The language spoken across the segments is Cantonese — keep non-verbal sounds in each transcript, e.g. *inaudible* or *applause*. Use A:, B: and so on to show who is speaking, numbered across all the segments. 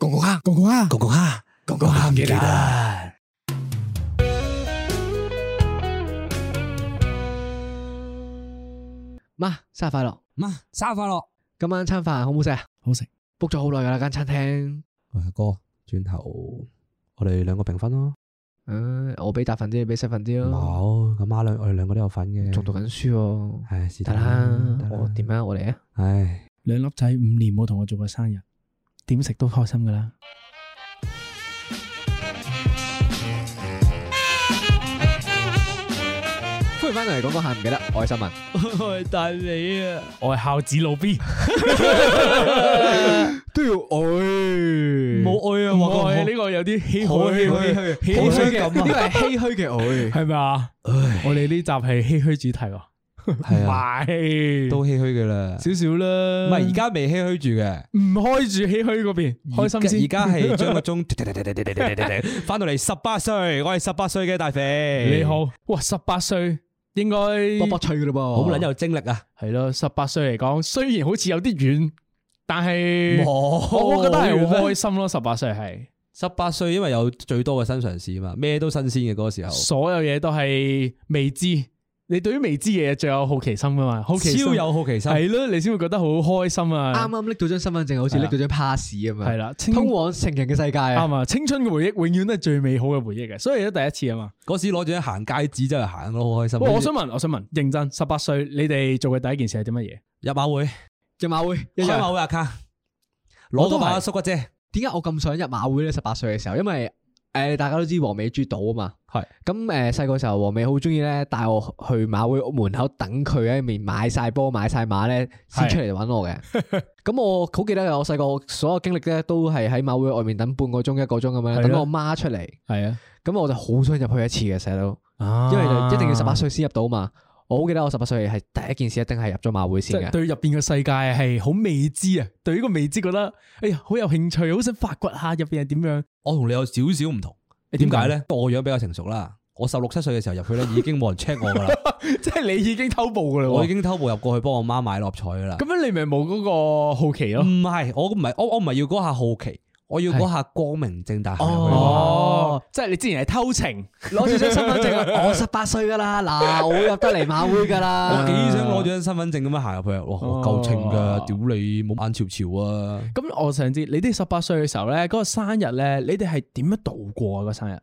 A: Kong Kong Ha, Kong Kong Ha, Kong Kong Ha, Kong Kong Ha,唔記得。
B: 媽，生日快樂！
A: 媽，生日快樂！
B: 今晚餐飯好唔好食啊
A: 好食。
B: ？book 咗好耐㗎啦間餐廳。
A: 喂，阿哥，轉頭我哋兩個平分咯。
B: 嗯，我俾大份啲，你俾細份啲
A: 唔好
B: 咯。，
A: 咁啱兩我哋兩個都有份嘅。
B: 仲讀緊書喎。
A: 唉，是
B: 得
A: 但
B: 啦，
A: 得
B: 我點啊？我嚟啊！
A: 唉，
C: 兩粒仔五年冇同我做過生日，點食都開心噶 *laughs* 啦。
B: 歡迎翻嚟講講下唔記得，我係新文。
C: 我係大你啊！我係孝子老 B，
B: 都要愛
C: 冇愛啊！我愛呢個有啲唏噓唏噓唏噓
B: 嘅，呢個係唏噓嘅愛。
C: 係咪啊？我哋呢集係唏噓主題喎，
A: 係啊，
C: 係
A: 都唏噓嘅啦。
C: 少少
A: 唔
C: 啦。
A: 係而家未唏噓住嘅，
C: 唔開住唏噓嗰邊，開心先。
A: 而家而家係將個鐘翻到嚟十八歲，我係十八歲嘅大肥。
C: 你，好，哇！十八歲應該
B: 卜卜脆噶咯噃，
A: 好撚有精力啊！
C: 係咯，十八歲嚟講，雖然好似有啲遠，但係
A: 我
C: 我我覺得係好開心咯。十八歲係。
A: 十八歲，因為有最多嘅新嘗試嘛，咩都新鮮嘅嗰個時候，
C: 所有嘢都係未知。你對於未知嘅嘢最有好奇心噶嘛？好奇心
A: 超有好奇心。
C: 係咯，你先會覺得好開心啊！
B: 啱啱拎到張身份證，好似拎到張 pass 咁樣。
C: 係啦，青
B: 通往成人嘅世界啊！
C: 啱啊！青春嘅回憶永遠都係最美好嘅回憶嘅，所以都第一次啊嘛。
A: 嗰時攞住啲行街紙真係行咯，好開心。
C: 喂，我想問，我想問，認真，十八歲你哋做嘅第一件事係啲乜嘢？
A: 入馬會，
B: 入馬會，一
A: 開
B: 樣
A: 馬會 account，
B: 我
A: 攞
B: 都
A: 到把
B: 係
A: 叔骨姐，
B: 點解我咁想入馬會咧？十八歲嘅時候，因為誒、呃大家都知黃美珠賭啊嘛，
A: 係
B: 咁誒細個時候，黃美好中意咧帶我去馬會屋門口等佢喺面買晒波買晒馬咧，先
C: 係
B: 出嚟揾我嘅。咁我好記得嘅，我細個所有經歷咧都係喺馬會外面等半個鐘一個鐘咁
C: 係
B: 樣，
C: 咯
B: 等我媽出嚟。
C: 係啊，
B: 咁我就好想入去一次嘅，成日都，
C: 啊
B: 因為就一定要十八，歲先入到嘛。我好記得我十八歲係第一件事一定係入咗馬會
C: 即
B: 先
C: 係
A: 啊
B: 嘅。
C: 對入邊嘅世界係好未知啊！對呢個未知覺得，哎呀，好有興趣，好想發掘下入邊係點樣。
A: 我同你有少少唔同。點解咧？我樣比較成熟啦。我十六七歲嘅時候入去咧，已經冇人 check 我噶啦，
C: *laughs* 即係你已經偷步噶啦喎，
A: 我已經偷步入過去幫我媽買六合彩噶啦。
C: 咁樣，你咪冇嗰個好奇咯
A: 唔。係，我唔係，我我唔係要嗰下好奇，我要嗰下光明正大行入去。
C: 哦，即係你之前係偷情，
B: 攞住張身份證啊， *laughs* 我十八歲噶啦，嗱，我入得嚟馬會噶
A: 我 *laughs*
B: 啦。
A: 幾想攞住張身份證咁樣行入去啊！哇，我夠稱㗎，屌你冇眼潮潮啊！
C: *laughs* 咁我想知你哋十八歲嘅時候咧，嗰、個生日咧，你哋係點樣度過啊？個生日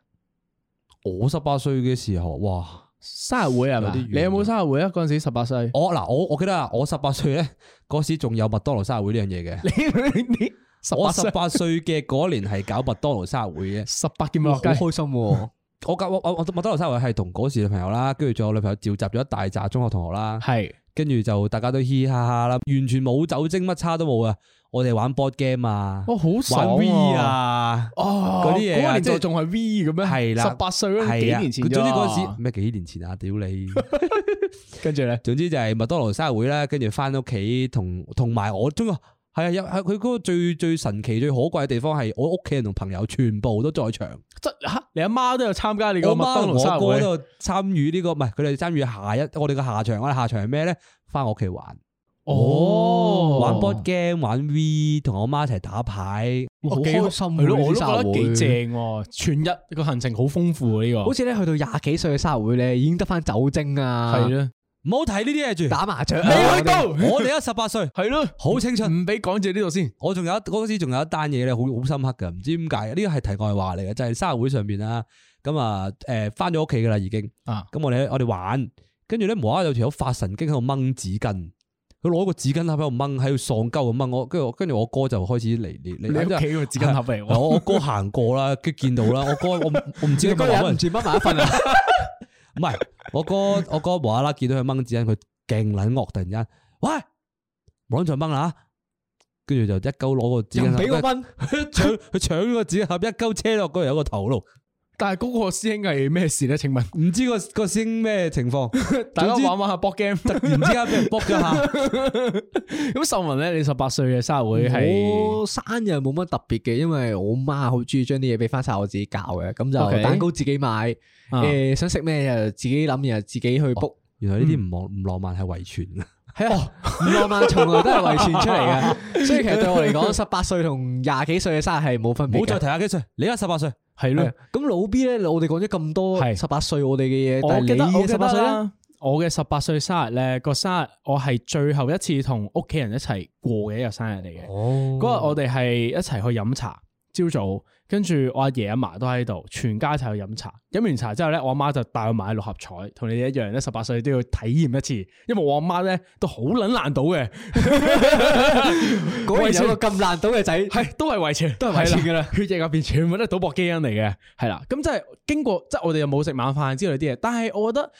A: 我十八歲嘅時候，哇！
C: 生日會係
A: 有
C: 咪？
A: 啲遠
C: 你有冇生日會啊？嗰陣時十八歲，
A: 我嗱我我記得啊，我十八歲咧嗰時仲有麥當勞生日會呢樣嘢嘅。
C: 你你 *laughs* 十
A: 我
C: 八
A: 十
C: 歲
A: 八歲嘅嗰年係搞麥當勞生日會
C: *laughs*
A: 嘅。
C: 十八點
B: 哇
C: 落
B: 好
C: 街，
B: 開心
C: *laughs*
B: 喎！
A: 我搞我我我麥當勞生日會係同嗰時嘅朋友啦，跟住仲有女朋友召集咗一大扎中學同學啦，
C: 係
A: 跟住就大家都嘻嘻哈哈啦，完全冇酒精，乜叉都冇啊！我哋玩 board game 啊，
C: 哇好
A: 玩
C: 爽
A: V
C: 啊！
A: 啊，
C: 哦，
A: 嗰啲嘢啊
C: 嗰個年
A: 即
C: 代
A: 係
C: 仲係 V 咁樣，
A: 係啦
C: 十八歲嗰陣幾
A: 係啊，
C: 年前
A: 佢
C: 啫。
A: 總之嗰時咩幾年前啊，屌
C: *laughs*
A: 你！
C: 時，跟住咧，
A: 總之就係麥當勞生日會啦，跟住翻屋企同同埋我中係啊，有係佢嗰個最最神奇最可貴嘅地方係我屋企人同朋友全部都在場，
C: 即吓你阿媽都有參加你個
A: 我
C: 麥
A: 媽
C: 當
A: 同
C: 勞生
A: 我哥
C: 日會，
A: 都有參與呢、個，唔係佢哋參與下一我哋嘅下場，我哋啊下場係咩咧？翻我屋企玩，
C: 哦
A: 玩 board game，玩 V，同我媽一齊打牌，
B: 哇好
C: 幾
B: 開心喎
C: 係咯，
B: 呢
C: 我
B: 啲
C: 都覺得幾
B: 生日
C: 正喎，全日個行程好豐富喎呢個。
B: 好似咧去到廿幾歲嘅生日會咧，已經得翻酒精啊，
C: 係啦，
A: 唔好睇呢啲嘢住。
B: 打麻雀啊，
C: 未去到，
A: 我哋而家十八歲，
C: *laughs* 係咯，
A: 好青春。
C: 唔俾講住呢度先。
A: 我仲有一嗰時仲有一單嘢咧，好好深刻嘅，唔知點解呢個係題外話嚟嘅，就係、生日會上邊啦。咁啊，誒翻咗屋企噶啦已經。
C: 啊
A: 咁我哋我哋玩，跟住咧無啦啦有條友發神經喺度掹紙巾，佢攞個紙巾盒喺度掹，喺度喪鳩咁掹我。跟住我跟住我哥就開始嚟嚟
C: 你屋企個紙巾盒嚟
A: *laughs* 我
C: 喎，
A: 我哥行過啦，跟住見到啦， *laughs* 我哥我唔我唔知
B: 你
A: 佢
B: 個
A: 咪話
B: 人
A: 可
B: 唔
A: 能
B: 住乜埋一份啊！
A: *laughs* 唔係，我哥我哥無啦啦見到佢掹紙巾，佢勁撚惡，突然間，喂，冇撚再掹啦，跟住就一鳩攞個紙
B: 唔
A: 巾
B: 俾個
A: 盒，
B: 蚊，
A: 佢搶佢搶咗個紙巾盒，一鳩車落嗰條友個頭度，
C: *laughs*
B: *laughs*
C: 但係嗰個師兄係咩事咧？請問
A: 唔知個個師兄咩情況，
C: *laughs* 大家
A: 總之
C: 玩玩下 b game，
A: 突然之間俾人 book
B: *laughs*
A: 咗下，
C: *laughs* 咁秀文咧，你十八歲嘅生日會係
B: 我生日冇乜特別嘅，因為我媽好中意將啲嘢俾翻晒我自己教嘅，咁就
C: OK
B: 蛋糕自己買，
C: 啊
B: 誒想食咩就自己諗，然後自己去 book。
A: 原來呢啲唔浪唔浪漫係遺傳
B: *laughs*
A: 嘅。
B: 系啊，唔浪漫從來都係遺傳出
C: *laughs*
B: 嚟嘅，所以其實對我嚟講，十八歲同廿幾歲嘅生日係冇分
A: 唔
B: 別
A: 好再
B: 嘅
A: 提。下幾歲，你而家十八歲，
C: 係
B: 係
C: 咯
B: 啊。咁老 B 咧，我哋講咗咁多
C: 係
B: 十八歲我哋嘅嘢，
C: 我
B: 但
C: 記得
B: 係
C: 我
B: 你
C: 記
B: 十八
C: 得
B: 歲咧，
C: 啦，我嘅十八歲生日咧，個生日我係最後一次同屋企人一齊過嘅一個生日嚟嘅。
A: 哦
C: 嗰日我哋係一齊去飲茶，朝早跟住我阿爺阿嫲都喺度，全家一齊去飲茶。飲完茶之後咧，我阿媽就帶我買六合彩，同你哋一樣咧，十八歲都要體驗一次。因為我阿媽咧都好撚爛賭嘅，
B: 果然有個咁爛賭嘅仔，
C: 係都係遺傳，都
B: 係遺傳
C: 噶啦，血液入邊全部都係賭博基因嚟嘅，係啦。咁即係經過，即係我哋又冇食晚飯之類啲嘢，但係我覺得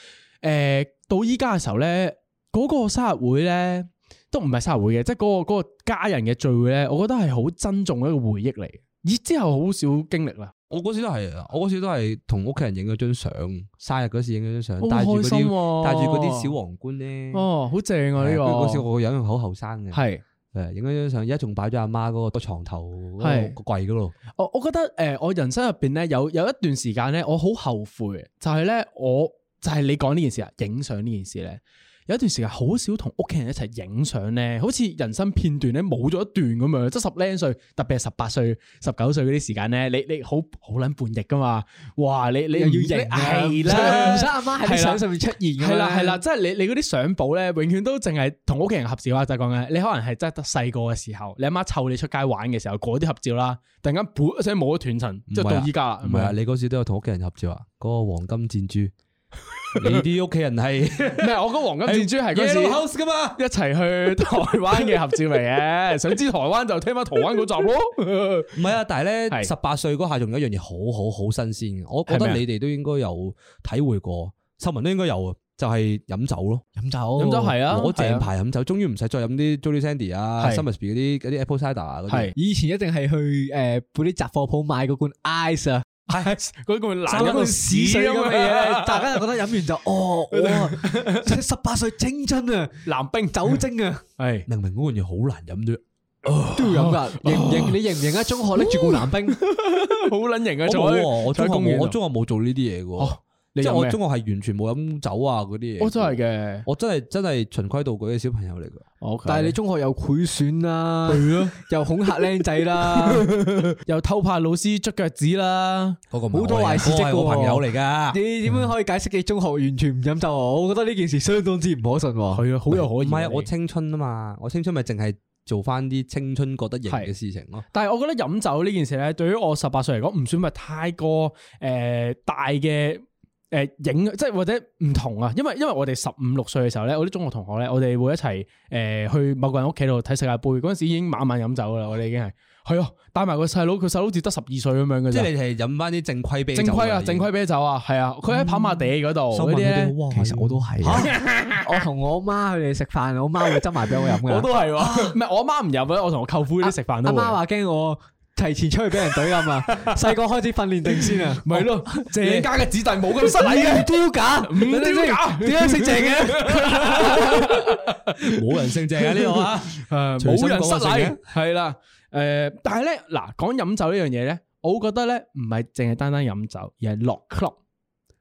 C: 诶、誒到依家嘅時候咧，嗰、個生日會咧都唔係生日會嘅，即係嗰、個嗰、個家人嘅聚會咧，我覺得係好珍重嘅一個回憶嚟。咦，之後好少經歷啦，
A: 我嗰時都係，我嗰時都係同屋企人影咗張相，生日嗰時影咗張
C: 好
A: 相，戴住
C: 開
A: 嗰
C: 心
A: 啲
C: 喎、
A: 戴住嗰啲小皇冠咧。
C: 哦，好正
A: 係啊
C: 啊呢個
A: 跟住嗰時我個人好後生嘅，
C: 係。
A: 誒影咗張相，而家仲擺咗阿媽嗰個床頭嗰
C: 係
A: 個個櫃嗰度。
C: 我我覺得誒、呃我人生入邊咧有有一段時間咧，我好後悔嘅，就係、呢，咧，我就係、你講呢件事啊，影相呢件事咧，有一段時間好少同屋企人一齊影相咧，好似人生片段咧冇咗一段咁樣，即係十零歲，特別係十八歲、十九歲嗰啲時間咧，你你好好撚叛逆噶嘛，哇！你你
B: 又要型啊
C: 係啦，
B: 唔使阿媽喺啲
C: 係啦
B: 相上面出現咁樣
C: 係啦係啦，即係你你嗰啲相簿咧，永遠都淨係同屋企人合照啊！就係講緊你可能係真係得細個嘅時候，你阿媽湊你出街玩嘅時候嗰啲合照啦，突然間噗一聲冇咗斷層，即係
A: 唔係
C: 到
A: 啊
C: 依家啦，
A: 唔係啊，你嗰時都有同屋企人合照啊，嗰個黃金箭
C: *laughs*
A: 豬，你啲屋企人係
C: 唔啊係我個黃金箭豬係嗰
A: Yellow
C: *laughs*
A: House
C: 時
A: 噶嘛？
C: 一齊去台灣嘅合照嚟嘅，想知台灣就聽翻台灣嗰集咯。
A: 唔係啊，但係咧
C: 係
A: 十八歲嗰下仲有一樣嘢好好好新鮮嘅，我覺
C: 係咩
A: 得
C: 啊
A: 你哋都應該有體會過，秀文都應該有啊，就係飲酒咯。
B: 飲酒，
C: 咁就係啊，
A: 攞正
C: 係啊
A: 牌飲酒，終於唔使再飲啲 Jolly Sandy 啊、
C: 係
A: Summersby 嗰啲嗰啲 Apple Cider 啊嗰啲
C: 係。
B: 以前一定係去誒嗰啲雜貨鋪買嗰罐 ice 啊，
C: 係嗰個
B: 嗰
C: 爛
B: 罐
C: 到
B: 屎
C: 屎
B: 水
C: 咁
B: 咁
C: 嘅
B: 嘅
C: 嘢
B: 嘢，，大家就覺得飲完就哦，哇，十八歲青春啊，
C: 藍冰
B: 酒精啊。
C: 係
A: 明明嗰樣嘢好難飲啫，
B: 都要飲噶，認唔認？你認唔認啊？中學拎住罐藍冰，
C: 好撚型啊嘅，
A: 我
C: 坐
A: 冇
C: 喺
A: 喎，我中
C: 坐喺
A: 學
C: 公
A: 冇，
C: 園
A: 我
C: 度
A: 中學冇做呢啲嘢嘅喎
C: 哦，你
A: 即係
C: 有
A: 我
C: 咩
A: 中？學係完全冇飲酒啊嗰啲嘢。
C: 我真係，嘅
A: 我真係真係循規蹈矩嘅小朋友嚟嘅。
C: 哦，OK，
B: 但係你中學又賄選啦，
C: 係咯。
B: 又恐嚇僆仔啦，
C: 又偷拍老師捽腳趾啦，
A: 嗰個唔係
B: 好多
A: 我嚟
B: 壞事
A: 嗰個係
B: 跡
A: 我
B: 喎
A: 朋友嚟㗎。
B: 你點樣可以解釋你中學完全唔飲酒啊？我覺得呢件事相當之唔可信喎。
C: 係啊，好有可
A: 唔
C: 疑。
A: 係啊，我青春啊嘛，我青春咪淨係做翻啲青春覺得型嘅事情咯。
C: 但係我覺得飲酒呢件事咧，對於我十八歲嚟講，唔算係太過诶、呃大嘅诶影，即係或者唔同啊。因為因为我哋十五六歲嘅時候咧，我啲中學同學咧，我哋會一齊诶、呃去某個人屋企度睇世界盃，嗰阵时已經晚晚飲酒噶啦，我哋已經係係啊，帶埋個細佬，佢細佬好似得十二歲咁樣嘅
A: 即係
C: 啫。
A: 你係飲翻啲正規啤酒
C: 正規啊，
A: 已經
C: 正規。啤酒啊，係啊，佢喺跑馬地嗰度
B: 嗯
A: 秀
C: 嗰
A: 文
C: 啲
A: 佢哋
C: 咧，
A: 哇
B: 其實我都係，我同我媽佢哋食飯，我媽會斟埋俾我飲
C: 我
B: 嘅。
C: 都係
B: *laughs*
C: 喎。唔係我媽唔入啊，我同我舅父啲食飯
B: 阿
C: 都會。
B: 媽話驚我提前出去俾人懟冧
A: *laughs*
B: 啊！細個開始訓練定先啊！
C: 咪咯，鄭家嘅子弟冇咁
B: 失
C: 失禮
A: 啊
C: 嘅。
B: 丟架，唔
C: 丟架
B: 點解識正
A: *laughs*
B: 嘅？
A: 冇人姓鄭啊呢個啊，
C: 诶，
A: 隨心
C: 冇人失
A: 講成
C: 禮，係啦。诶，但係咧，嗱，講飲酒呢樣嘢咧，我覺得咧唔係淨係單單飲酒，而係落 club。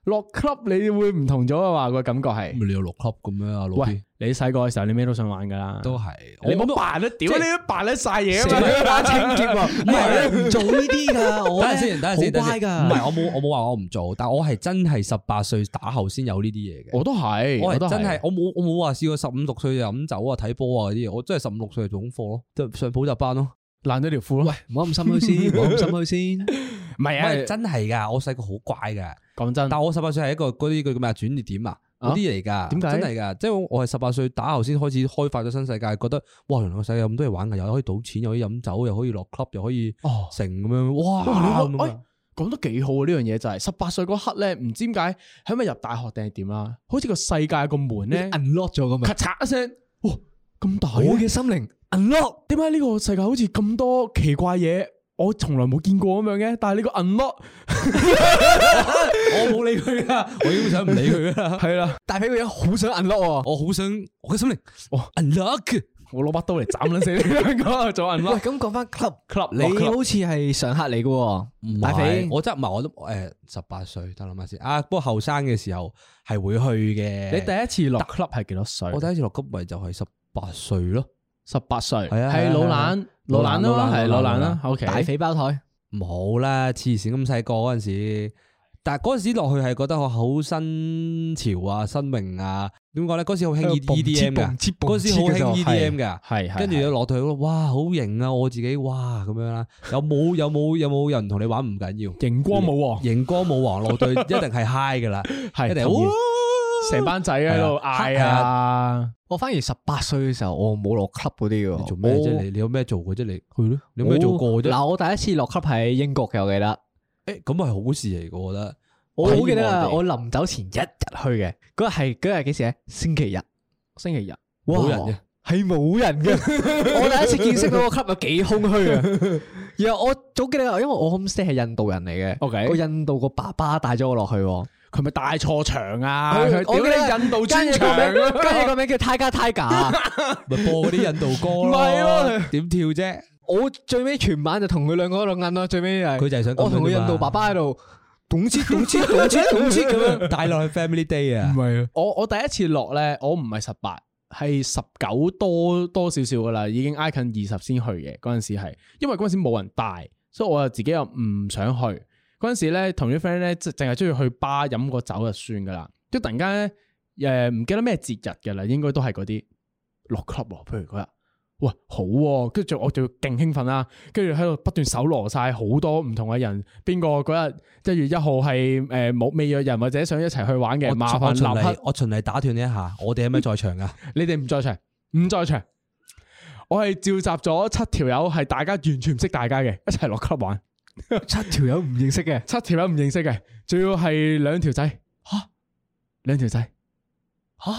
C: 落 club 你會唔同咗啊嘛？個感覺係，
A: 咪你有六 club *laughs* 咁樣啊，老
C: 喂
A: B，
C: 你細個嘅時候你咩都想玩噶啦，
A: 都係。
C: 你
A: 我
C: 冇扮得屌，
A: 即係
C: 你都扮得晒嘢
B: 成
C: 啊嘛
B: 日打清潔喎，唔係我唔做呢啲
A: *laughs*
B: 㗎，我
A: 等陣先，等陣先，等
B: 好乖㗎
A: 陣先。唔。係我冇，我冇話我唔做，但我係真係十八歲打後先有呢啲嘢嘅。
C: 我都
A: *laughs*
C: 係，
A: 我
C: 都
A: 係真係，我冇我冇話試過十五六歲就飲酒啊、睇波啊嗰啲嘢，我真係十五六歲就做功課咯，即係上補習班咯。
C: 爛咗條褲咯。
B: 唔好咁心虛先，唔好咁心虛先。
A: *laughs*
C: 唔
A: 唔
C: 係
A: 係
C: 啊，
A: 真係㗎，我細個好乖㗎，
C: 講真，
A: 但我十八歲係一個嗰啲叫咩啊轉捩點啊嗰啲嚟㗎，
C: 點解
A: 真係㗎，即係我係十八歲打後先開始開發咗新世界，覺得哇原來個世界有咁多嘢玩㗎，又可以賭錢，又可以飲酒，又可以落 club，又可以
C: 哦
A: 成咁樣，哇
C: 哇
A: 咁
C: 你
A: 樣
C: 覺哎講得幾好啊！呢樣嘢就係十八歲嗰刻咧，唔知點解係咪入大學定係點啦？好似個世界個門咧
B: unlock 咗咁
C: 咔
B: 啊！哎
C: 嚓一聲，哇！咁大
B: 我
C: 嘅
B: 嘅心靈 unlock，
C: 點解呢個世界好似咁多奇怪嘢，我從來冇見過咁樣嘅？但係呢個 unlock
A: 我冇理佢噶，我已經想唔理佢噶
C: *laughs*
A: 啦。
C: 係啦，
B: 大髀個樣好想 unlock 喎。
A: 我好想我嘅心靈，
C: 哇
A: 哇，unlock！
C: 我攞把刀嚟斬撚死 *laughs* 你兩個做
B: 喂，
C: unlock
B: 咁講翻 club
C: club，
B: 你
C: 落 club
B: 好似係常客嚟嘅喎，大
A: 係
B: 肥，
A: 我真係唔係我都诶十八歲，等我諗下先啊。不過後生嘅時候係會去嘅。
C: 你第一次落 club 係幾多歲？
A: 我第一次落金咪就係十八歲咯，
C: 十八歲，
A: 係啊
C: 係
A: 係啊
C: 老
A: 係啊
C: 懶，老懶
A: 老
C: 啦，
A: 懶
C: 係
A: 老
C: 老
A: 懶
C: 懶
A: 老
C: 啊啦
A: 懶。
C: O K，
B: 大肥包台，
A: 冇啦，黐線咁細個嗰陣時，但係嗰陣時落去係覺得我好新潮啊、新穎啊，點講咧？嗰時好興 E D M 噶，嗰時好興 E D M 噶。
C: 係係，
A: 跟住
C: 係
A: 你落到去，哇，好型啊！我自己哇咁樣啦，有冇有冇有冇人同你玩唔緊要，
C: 熒光舞王，
A: 熒光舞王
C: *laughs*
A: 落到去一定係 high 噶啦，
C: 係
A: 一定係
C: 同意
A: 哇
C: 成班仔喺度哎嗌
A: 係
C: 啊！
B: 我反而十八歲嘅時候，我冇落 club 嗰啲嘅
A: 你
B: 喎。
A: 做咩啫？
B: 我
A: 你你有咩做嘅啫？你
C: 去咯，
A: 你有咩做過啫？
B: 嗱，我第一次落 club 喺英國嘅，我記得。
A: 誒咁係好事嚟嘅，我覺得。
B: 我好記
A: 喺
B: 得
A: 外
B: 啊！
A: 地
B: 我臨走前一日去嘅，嗰日係嗰日係幾時咧？星期日，
C: 星期日
B: 哇
A: 冇人嘅，
B: 係冇人嘅。我第一次見識到個 club 有幾空虛啊！然後我早記得，因為我 homestay 係印度人嚟嘅
C: OK
B: 個印度個爸爸帶咗我落去喎。
C: 佢咪帶錯場啊！
B: 我
C: 佢
B: 我記
C: 屌
B: 得
C: 你印度專
B: 間嘢
C: 場
B: 個名
C: 啊，
B: 間嘢個名叫 Tiger Tiger。
A: 咪播嗰啲印度歌
C: 唔係
A: 咯
C: 咯，
A: 點跳啫？
B: 我最尾全晚就同佢兩個喺度摁咯，最尾係
A: 佢就係想咁
B: 我同佢
A: 樣啫嘛
B: 印度
A: *laughs*
B: 爸爸喺度咚之咚之咚之咚之咁樣。
A: 帶落去 Family Day
C: 唔
A: 啊！
C: 係啊！我我第一次落咧，我唔係十八，係十九多多少少噶啦，已經挨近二十先去嘅。嗰陣時係，因為嗰陣時冇人帶，所以我又自己又唔想去。嗰陣時咧，同啲 friend 咧，即淨係中意去巴飲個酒就算噶啦。即突然間咧，誒呃唔記得咩節日噶啦，應該都係嗰啲落 club 喎。譬如嗰日，哇好喎、跟住我就勁興奮啦，跟住喺度不斷搜羅晒好多唔同嘅人，邊個嗰日一月一號係誒冇未約人或者想一齊去玩嘅，
A: 我
C: 麻
A: 我
C: 煩
A: 循
C: 立刻
A: 例我循例打斷你一下，我哋係咪在場啊噶？
C: 你哋唔在場，唔在場。我係召集咗七條友，係大家完全唔識大家嘅，一齊落 club 玩。
B: 七條友唔認識嘅，
C: 七條友唔認識嘅，仲要係兩條仔，吓兩條仔，吓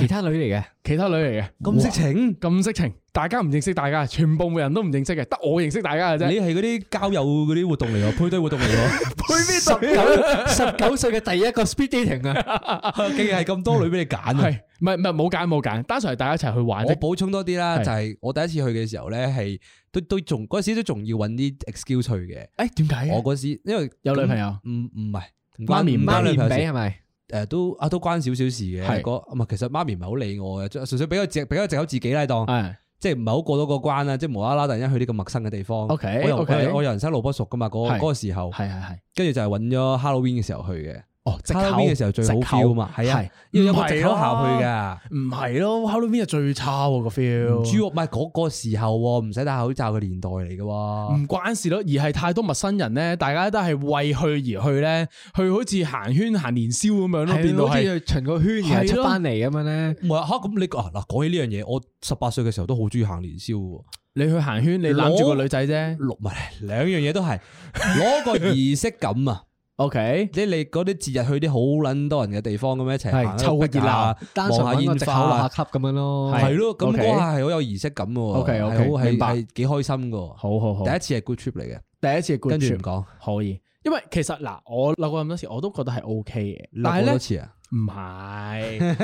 B: 其他女嚟嘅，
C: 其他女嚟嘅，
A: 咁色情？
C: 咁色情，大家唔認識大家，全部人都唔認識嘅，得我認識大家嘅
A: 你
C: 啫。
A: 係嗰啲交友嗰啲活動嚟喎，配對活動嚟喎，
B: *laughs* 十九十九歲嘅第一個 speed dating 啊！
A: 竟然係咁多女俾你揀
C: *laughs*
A: 啊！
C: 係唔係唔係冇揀冇揀，單純係大家一齊去玩
A: 我
C: 啫。
A: 補充多啲啦，
C: 係
A: 就係我第一次去嘅時候咧，係都都仲嗰陣時都仲要揾啲 excuse 去嘅。
C: 誒點解啊
A: 我
C: 嘅？
A: 嗰時因為
C: 哎有女朋友
A: 唔唔係唔
C: 媽
A: 關
C: 咪
A: 唔關
C: 媽咪啊
B: 唔
A: 女朋友事
B: 俾係咪？
A: 誒都啊都關少少事
C: 係
A: 嘅，嗰唔係其實媽咪唔係好理我嘅，純粹俾個藉俾個藉口自己啦當，
C: 係
A: 即係唔係好過到個關啦，即係無啦啦突然間去啲咁陌生嘅地方。
C: OK，
A: 我又
C: OK
A: 我又我又人生路不熟噶嘛，嗰
C: 係
A: 嗰個時候，
C: 係係係。
A: 跟住就係揾咗 Halloween 嘅時候去嘅
C: 哦，藉口
A: ，Halloween 嘅時候最好
C: 藉口
A: feel 嘛，係啊，要有個藉口下去
C: 㗎。
A: 㗎。
C: 唔係咯，Halloween 係最差喎個 feel。
A: 唔知喎，唔係嗰個時候喎，唔使戴口罩嘅年代嚟嘅喎。
C: 唔關事咯，而係太多陌生人咧，大家都係為去而去咧，去好似行圈行年宵咁樣咯，變
B: 係
C: 到
B: 咯好
C: 係
B: 似巡個圈
C: 係
B: 然
C: 咯
B: 後出翻嚟咁樣咧，
A: 唔係嚇，咁你啊嗱講起呢樣嘢，我十八歲嘅時候都好中意行年宵嘅喎。
C: 你去行圈，你攬住個女仔啫。
A: 六唔係兩樣嘢都係攞個儀式感啊！ *laughs*
C: OK，
A: 即係你嗰啲節日去啲好撚多人嘅地方咁樣一齊
B: 係
A: 行，
C: 湊個熱鬧
B: 單純
A: 望下
B: 揾個
A: 煙
B: 藉口
A: 花
B: 落下
A: 啊，
B: 級咁樣咯。
C: 係
A: 係咯，咁
C: 哦 OK
A: 嗰下係好有儀式感嘅喎
C: OK，OK，
A: 係好係
C: 明白
A: 係幾開心嘅喎。
C: 好好好，
A: 第一次係 good trip 嚟嘅，
C: 第一
A: 跟
C: 次 good
A: 住
C: trip
A: 唔講，
C: 可以，因為其實嗱，我留過咁多次，我都覺得係 OK 嘅，
A: 落
C: 但係
A: 好
C: 咧
A: 多次啊！
C: 唔係，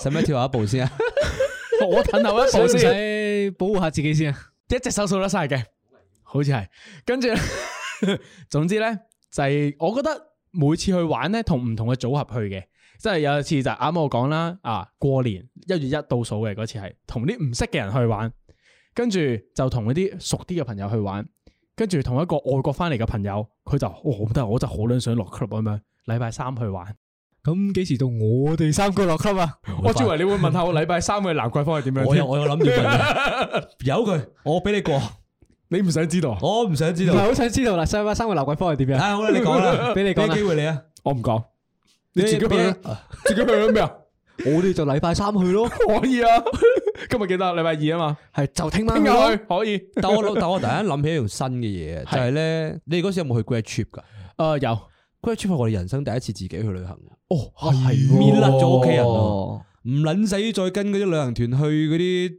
A: 使唔使跳下一步先啊？
C: *laughs* 啊我褪後一
B: 使
C: 步
B: 唔
C: 先。
B: 使保護下自己先啊？
C: 一隻手數得晒嘅，好似係。跟住， *laughs* 總之咧就係、我覺得每次去玩咧，同唔同嘅組合去嘅，即係有一次就係啱我講啦，啊過年一月一倒數嘅嗰次係同啲唔識嘅人去玩，跟住就同嗰啲熟啲嘅朋友去玩，跟住同一個外國翻嚟嘅朋友，佢就哦得，我真係好撚想落 club 咁樣，禮拜三去玩。
B: 咁幾時到我哋三個落級啊？
C: 我以為你會問下我禮拜三嘅蘭桂坊係點樣
A: 我
C: 添
A: 有我有諗住問嘅，
C: *laughs*
A: 由佢，我俾你過，
C: 你唔想知道啊？
A: 我唔想知
B: 唔
A: 道
B: 係。好想知道啦，三位三個劉桂芳係點樣？
A: 啊，好啦，你講
B: *laughs*
A: 啦，
C: *laughs*
B: 俾你講啦
A: 機會你啊，
C: 我唔講，你自己去
A: 俾
C: 啦，自己去咗咩啊？
B: 我哋就禮拜三去咯，
C: 可
B: *laughs*
C: 以啊，今日記得禮拜二啊嘛，
B: 係就聽晚
C: 聽
B: 去
C: 日
B: 咯。
C: 去可以。誒、
A: 但我老但我突然間諗起一樣新嘅嘢，啊就係咧，你哋嗰時有冇去 grad trip 噶
C: 有，哦
A: ？grad trip 係我哋人生第一次自己去旅行，
C: 係
A: 搣甩咗屋企人啊唔撚使再跟嗰啲旅行團去嗰啲。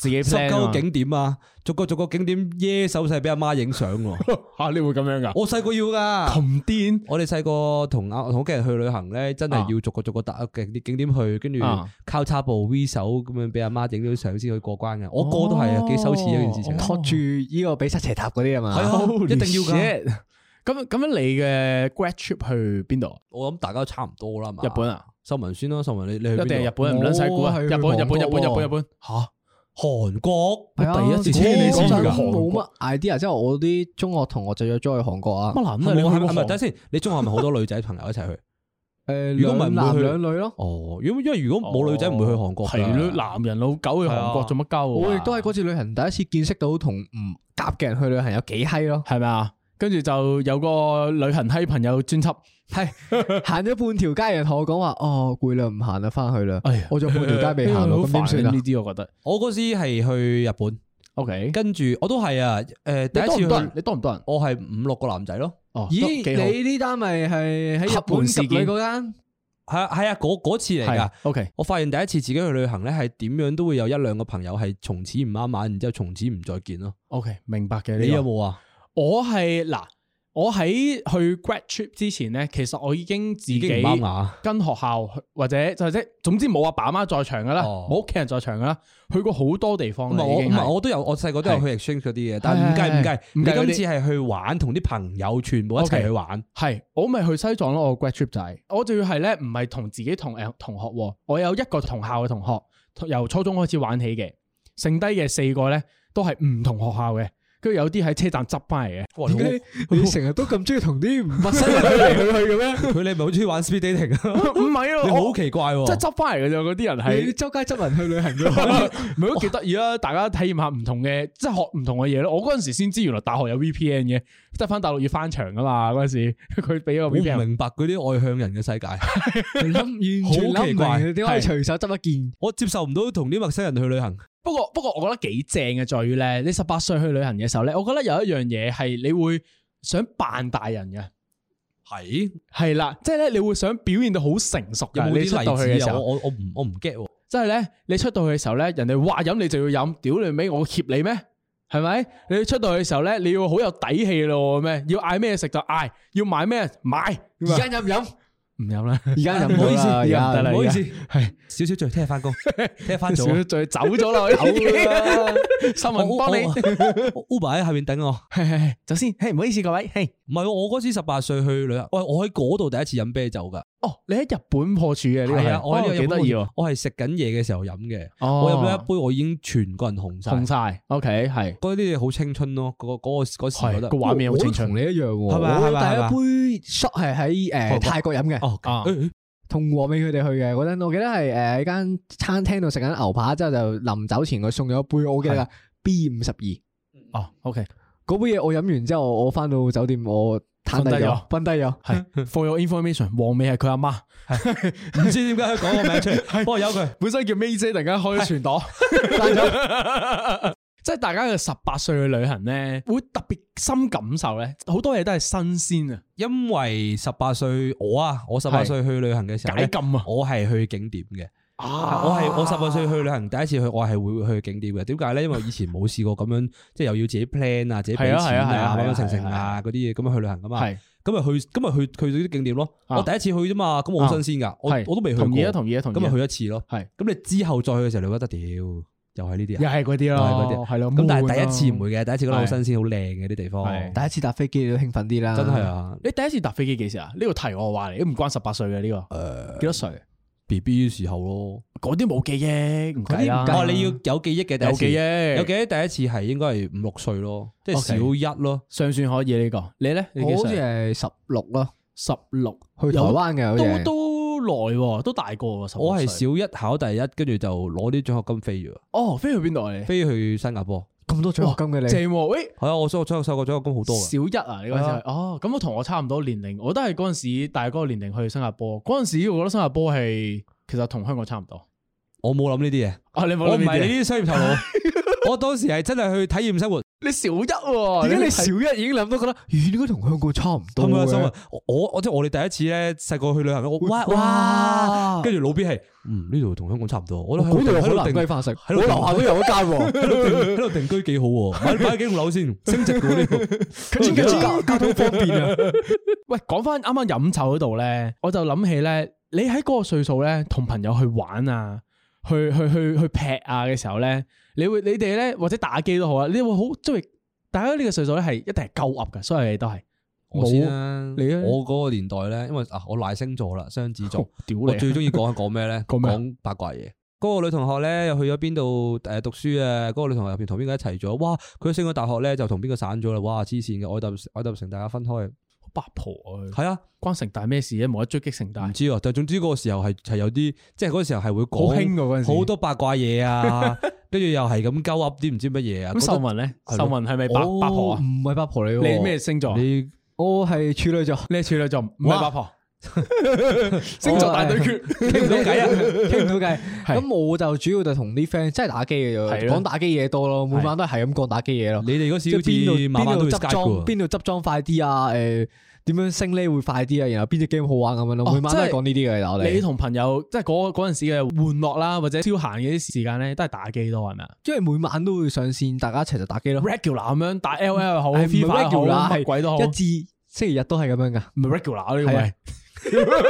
B: 自己
A: 濕
B: plan 啊
A: 鳩景點啊，逐個逐個景點耶手勢俾阿媽影相
C: *laughs*
A: 喎。
C: 吓你會咁樣噶？
A: 我細個要㗎，
C: 咁癲
A: 我哋細個同阿同屋企人去旅行咧，真係要逐個逐個搭景景點去，跟住
C: 啊
A: 交叉步 V 手咁樣俾阿媽影咗相先可以過關嘅。我哥都係啊，幾羞恥一件事情。
B: 托住呢個比塞斜塔嗰啲啊嘛，
A: 係啊
C: Oh，
A: 一定要㗎
C: Shit 咁咁樣你嘅 grad trip 去邊度啊？
A: 我諗大家都差唔多啦嘛。
C: 日本啊？
A: 秀文先啦，秀文你你去
C: 一
A: 邊
C: 定
A: 度
C: 係日本，唔撚使估啊！
B: 我係
C: 日
B: 去
C: 本日本日本日本日本，
A: 嚇韓國
B: 係啊
C: 我第一次聽你
B: 我
C: 先
B: 真係
C: 㗎
B: 冇乜 idea，即係我啲中學同學就約咗去韓國啊。
C: 乜
A: 係咪
C: 撚啊？
A: 係咪係
C: 你去
A: 咪
C: 過
A: 等陣先？你中學係咪好多女仔朋友一齊去？
B: 誒，
A: 如果唔
B: 兩
A: 係唔
B: 男
A: 會去
B: 兩女咯。
A: 哦，因為因為如果冇女仔唔會去韓國㗎。
C: 係咯，男人老狗去韓國做乜鳩啊？，
B: 我亦都係嗰次旅行第一次見識到同唔夾嘅人去旅行有幾閪咯
C: 係咪啊？跟住就有個旅行閪朋友專輯，
B: 係行咗半條街，人同我講話，哦攰啦，唔行啦，翻去啦
C: 哎呀，
B: 我仲有半條街未行
C: 好
B: 咯，咁點
C: 煩
B: 算
C: 啊
B: 啊
C: 呢？啲我覺得。
A: 我嗰時係去日本，
C: OK，
A: 跟住我都係啊，誒、第一次
C: 你多唔多人
A: 去，
C: 你多唔多人？
A: 我係五六個男仔咯，
C: 哦，都幾好
B: 咦，你呢單咪係喺日
C: 合
B: 本
C: 門事
B: 事
C: 件
B: 件嗰間？
A: 係啊係啊，嗰嗰次嚟
C: 係
A: 㗎。
C: OK，
A: 我發現第一次自己去旅行咧，係點樣都會有一兩個朋友係從此唔啱玩，然之後從此唔再見咯。
C: OK，明白嘅。
B: 哎
A: 你有
C: 冇？
A: 冇啊？
C: 我係嗱，我喺去 grad trip 之前咧，其實我已經自
A: 已
C: 己
A: 經唔啱啊牙，
C: 跟學校去或者就即係總之冇阿爸阿媽在場噶啦，
A: 哦
C: 冇屋企人在場噶啦，去過好多地方
A: 唔
C: 啦
A: 係我
C: 已
A: 唔
C: 經
A: 係
C: 係。
A: 我都有，我細個都有去 exchange 嗰啲嘅，但係唔計
C: 係係
A: 唔計
C: 係。
A: 你
C: 唔計嗰啲
A: 今次係去玩，同啲朋友全部一齊
C: OK
A: 去玩。
C: 係我咪去西藏咯，我 grad trip 就係，我仲要係咧，唔係同自己同誒同學喎，我有一個同校嘅同學，由初中開始玩起嘅，剩低嘅四個咧都係唔同學校嘅，跟住有啲喺車站執翻嚟嘅。
A: 哇你好
B: 你成日都咁中意同啲陌生人去嚟去去嘅咩？
A: 佢哋咪好中意玩 speed dating 啊？
C: *laughs* 唔係啊，
A: 你
C: *laughs* 我
A: 好奇怪
C: 即係
A: 喎！
C: 執翻嚟嘅啫，嗰啲人
B: 你
C: 係。
B: 周街執人去旅行
C: *laughs*
B: 嘅，
C: 唔係都幾得意啊！大家體驗下唔同嘅，即係學唔同嘅嘢咯。我嗰陣時先知原來大學有 VPN 嘅，即係翻大陸要翻牆噶嘛。嗰陣時 *laughs* 佢俾個
A: 我唔
C: VPN，
A: 明白嗰啲外向人嘅世界。
B: 諗完全
A: 好奇怪
B: 諗唔明，點解
C: 係
B: 隨手執一件？
A: 我接受唔到同啲陌生人去旅行。
C: 不過不過我覺得幾正嘅在於咧，你十八歲去旅行嘅時候咧，我覺得有一樣嘢係你會想扮大人嘅，
A: 係
C: 係啦，即係咧你會想表現到好成熟
A: 有
C: 嘅。
A: 冇
C: 你出到
A: 啲例
C: 去嘅
A: 子
C: 時
A: 啊？
C: 候，
A: 我我我唔我唔 get 喎。
C: 即係咧你出到去嘅時候咧，人哋話飲你就要飲，屌你尾我怯你咩？係咪？你出到去嘅時候咧，你要好有底氣咯，咩？要嗌咩食就嗌，要買咩買。
B: 而家飲唔飲？
C: 唔飲啦，
B: 而家飲
A: 唔好
C: dạ,
A: 意思，
B: 而家
C: 唔得啦
A: 唔好意思，
C: 係
A: 少少醉，聽日翻工，聽日翻
C: 少
A: 早啊。
C: 少醉走咗啦，走啦，新聞幫你，
A: 我我 Uber 喺下面等我。
C: 係係係走先，嘿，唔好意思各位，嘿，
A: 唔係喎，我嗰時十八歲去旅行，喂，我喺嗰度第一次飲啤酒㗎。
C: 哦，你喺日本破處嘅呢個
A: 係啊，我喺呢
C: 哦
A: 個
C: 幾
A: 日
C: 得
A: 本
C: 意喎，
A: 我係食緊嘢嘅時候飲嘅。
C: 哦
A: 我飲咗一杯，我已經全個人紅晒。
C: 紅晒，OK 係，
A: 嗰啲嘢好青春咯，嗰個嗰個嗰時覺
C: 係
A: 得
C: 個。畫面好青
B: 我都同
C: 春，
B: 你一樣喎。
A: 係咪啊係咪
B: 我
A: 啊係咪啊
B: 第一杯 shot 係喺
A: 韓國
B: 誒泰國飲嘅，
A: 哦，
C: 啊
A: 誒誒
B: 同和美佢哋去嘅嗰陣，我記得係誒喺間餐廳度食緊牛扒，之後就臨走前佢送咗一杯，我記得啦 B 五十二
C: 哦，OK
B: 嗰杯嘢，我飲完之後，我翻到酒店我攤低
C: 瞓低
B: 咗
C: 咗，
B: 瞓低咗。
C: 係 for your information，黃美係佢阿媽，
A: 唔知點解佢講個名出 *laughs* 嚟，不過由佢。
C: 本身叫 May 姐，突然間開咗全檔， *laughs* 即係大家嘅十八歲去旅行咧，會特別深感受咧，好多嘢都係新鮮啊，
A: 因為十八歲我啊，我十八
C: 係
A: 歲去旅行嘅時候
C: 解
A: 咧，
C: 禁啊，
A: 我係去景點嘅。
C: 啊
A: 我係我十八歲去旅行，第一次去我係會去景點嘅。點解咧？因為以前冇試過咁樣，即係又要自己 plan 啊，自己俾
C: 係
A: 錢
C: 啊係啊係
A: 啊，
C: 啊
A: 乜
C: 係
A: 乜
C: 啊
A: 成成啊嗰啲嘢咁樣去旅行噶嘛。
C: 係。
A: 咁咪去，咁咪啊去去咗啲景點咯。
C: 啊
A: 我第一次去啫嘛，咁我好新鮮噶，我
C: 係
A: 我都未去過。
C: 同意啊，同意啊，同意
A: 咁咪
C: 啊。
A: 去一次咯。
C: 係
A: 咁你之後再去嘅時候，你會覺得屌，又係呢啲
C: 又
A: 啊，
C: 係嗰啲
A: 又係嗰
C: 咯
A: 啲，啊。
C: 係咯。
A: 咁但係
C: 悶
A: 第一
C: 咯
A: 次唔會嘅，第一次覺得好
C: 係
A: 新鮮、好靚嘅啲地方，
C: 係
B: 第一次搭飛機都興奮啲啦，
A: 真係！啊
C: 你第一次搭飛機幾時啊？呢個題我話你，唔關十八歲嘅呢個。幾多歲？
A: ！B B 時候咯。
C: 嗰啲冇記憶，唔計啦
B: 嗰啲唔計。
A: 哦，你要有記憶嘅第一
C: 有
A: 次，
C: 記憶，
A: 有記憶第一次係應該係五六歲咯，即係
C: OK
A: 小一咯。
C: 尚算可以呢個。你咧？你幾
B: 我好似
C: 歲？
B: 係十六咯，
C: 十六，
B: 去台灣嘅好似
C: 都
B: 係。
C: 都耐喎，都大個喎。十六
A: 我係
C: 歲
A: 小一考第一，跟住就攞啲獎學金飛咗，
C: 哦，飛去邊度啊？你
A: 飛去新加坡。
B: 咁多獎學金嘅你，
C: 正喎，喂，
A: 係啊，我所我細個獎學金好多嘅。
C: 小一啊，你嗰陣時
A: 係
C: 係哦，咁我同我差唔多年齡，我都係嗰陣時大嗰個年齡去新加坡。嗰陣時我覺得新加坡係其實同香港差唔多。
A: 我冇諗呢啲嘢，
C: 啊，你冇
A: 我唔
C: 諗呢
A: 係
C: 啲
A: 你
C: 嘢
A: 呢啲商業頭腦。我當時係真係去體驗生活，
C: 你小一喎，
B: 點解哦你
C: 係
B: 小一已經諗到覺得，咦，應該同香港差唔多
A: 咁啊，心
B: 嘅
A: 啊？我我即係我哋第一次咧細個去旅行，我哇哇
B: 哇，
A: 跟住老 B 係嗯呢度同香港差唔多，我都喺
B: 嗰度有
A: 度
B: 好
A: 喺度
B: 蘭
A: 定
B: 桂花食，
A: 喺
B: 我
A: 度
B: 樓
A: 定
B: 下都有一間
A: 喺
B: *laughs* 喎。
A: 度定喺度定居幾好喎，買買幾棟樓先，升值喎呢度。
B: 佢交通方 *laughs* 便
C: *laughs*
B: 啊！
C: 喂，講翻啱啱飲酒嗰度咧，我就諗起咧，你喺嗰個歲數咧，同朋友去玩啊，去去去去劈啊嘅時候咧，你會你哋咧或者打機都好啊，你會好中意。大家呢個歲數咧係一定係鳩噏嘅，所有嘢都係
A: 我先啦，
C: 你啊
A: 我嗰個年代咧，因為啊我賴星座啦，雙子座。
C: 屌
A: 我
C: 你啊
A: 最中意講係講咩咧？
C: 講咩啊
A: 講八卦嘢。嗰個女同學咧又去咗邊度誒讀書啊？嗰、個女同學入邊同邊個一齊咗？哇！佢升咗大學咧就同邊個散咗啦？哇！黐線嘅，愛搭愛搭成大家分開。
C: 八婆啊！
A: 係啊，
C: 關城大咩事啊？冇得追擊城大
A: 唔，知啊，但總之嗰個時候係係有啲，即係嗰個時候係會
C: 好
A: 講
C: 興噶嗰陣時。
A: 好多八卦嘢啊，跟住又係咁鳩噏啲唔知乜嘢啊。
C: 咁
A: 覺得
C: 秀文咧，
A: 係咯
C: 秀文係咪八八婆啊
B: 我？哦唔係八婆嚟喎。
C: 你咩？星
B: 啊
C: 座？啊你
A: 你
B: 我係處女座，
C: 係處女座，唔係
B: 哇
C: 八婆。星座大對決，
B: 傾唔到偈啊， *laughs* 傾唔到偈。
C: 係
B: 咁我就主要就同啲 friend 真係打機嘅
C: 係
B: 啫，
C: 咯
B: 講打機嘢多咯，每晚都係咁講打機嘢咯。
A: 你哋嗰
B: 即係邊
A: 時好
B: 度
A: 似慢慢
B: 邊
A: 都
B: 度
A: 會
B: 執
A: Skype
B: 裝，
A: 㗎喎
B: 邊度執裝快啲啊？誒點樣升呢會快啲啊？然後邊只 game 好玩咁樣
C: 哦
B: 咯，每晚都
C: 即
B: 係
C: 係
B: 講呢啲嘅。我
C: 你
B: 哋
C: 同朋友即係嗰嗰陣時嘅玩樂啦，或者消閒嘅啲時間咧，都係打機多係咪啊
B: 因為每晚都會上線，大家一齊就打機咯。
C: ？regular 咁樣打 L L 又好
B: 係唔係
C: ，FIFA 又好
B: regular，
C: 乜鬼都好，
B: 一至星期日都係咁樣噶，
C: 唔係 regular 呢個
B: 係啊
C: 咪？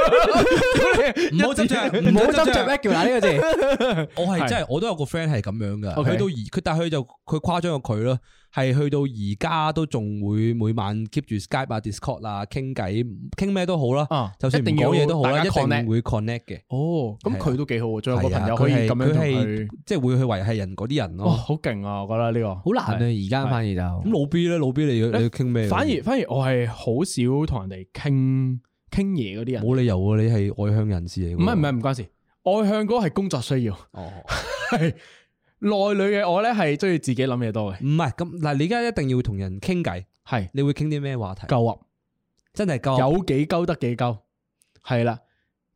A: 唔好執着，
B: 唔好
A: 唔
B: 執
A: 好執
B: 着
A: 着。
B: regular 呢個字。
A: 我係
C: 係
A: 真係我都有個 friend 係咁樣噶，
C: OK
A: 去到而佢但係佢就佢誇張過佢咯，係去到而家都仲會每晚 keep 住 Skype 啊、Discord 啊傾偈，傾咩都好啦，
C: 啊
A: 就算唔
C: 一定要
A: 講嘢都好啦，
C: 大
A: 一
C: 家
A: 定
C: connect
A: 會 connect 嘅。
C: 哦，咁
A: 係啊
C: 佢都幾好喎，仲有個
A: 係啊
C: 朋友可以
A: 佢係
C: 咁樣同
A: 佢
C: 佢
A: 係，哦即係會去維係人嗰啲人
C: 哇，
A: 咯。
C: 好勁啊！我覺得呢個
B: 好難啊！而家反而就
A: 咁老 B 咧，老 B 你要你要傾咩？
C: 反而反而我係好少同人哋傾傾嘢嗰啲人，
A: 冇理由喎，你係外向人士嚟㗎
C: 唔
A: 喎。
C: 係唔係唔關事，外向嗰個係工作需要，
A: 哦。
C: 係內裏嘅我咧係中意自己諗嘢多嘅，
A: 唔係咁嗱，你而家一定要同人傾偈，
C: 係
A: 你會傾啲咩話題？
C: 夠噏。
A: 真係夠
C: 有幾鳩得幾鳩，係啦，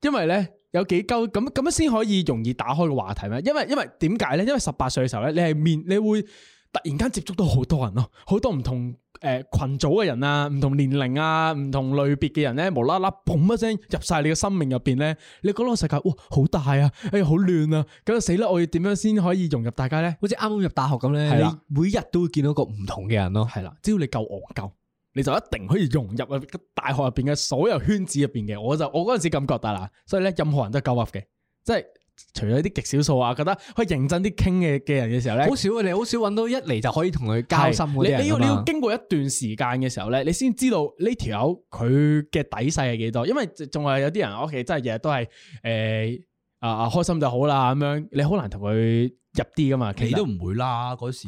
C: 因為咧有幾鳩咁咁樣先可以容易打開個話題咩？因為因為點解咧？因為十八歲嘅時候咧，你係面你會突然間接觸到好多人咯，好多唔同誒、呃群組嘅人啊，唔同年齡啊，唔同類別嘅人咧，無啦啦砰一聲入晒你嘅生命入邊咧，你覺得個世界哇好大啊，哎呀好亂啊，咁就死啦！我要點樣先可以融入大家咧？
B: 好似啱啱入大學咁咧，
C: 係啦
B: 你每日都會見到個唔同嘅人咯。
C: 係啦，只要你夠戇鳩，你就一定可以融入啊大學入邊嘅所有圈子入邊嘅。我就我嗰陣時咁覺得啦，所以咧任何人都係鳩噏嘅，即係除咗啲極少數啊，覺得可以認真啲傾嘅嘅人嘅時候咧
B: 好。少啊！你好少揾到一嚟就可以同佢交心嗰啲
A: 啊
C: 係
B: 人
C: 你你要
B: 㗎
C: 你
B: 嘛
C: 要經過一段時間嘅時候咧，你先知道呢條友佢嘅底細係幾多，因為仲係有啲人屋企真係日日都係誒啊啊開心就好啦咁樣，你好難同佢入啲噶嘛，其
A: 你
C: 實
A: 都唔會啦，嗰時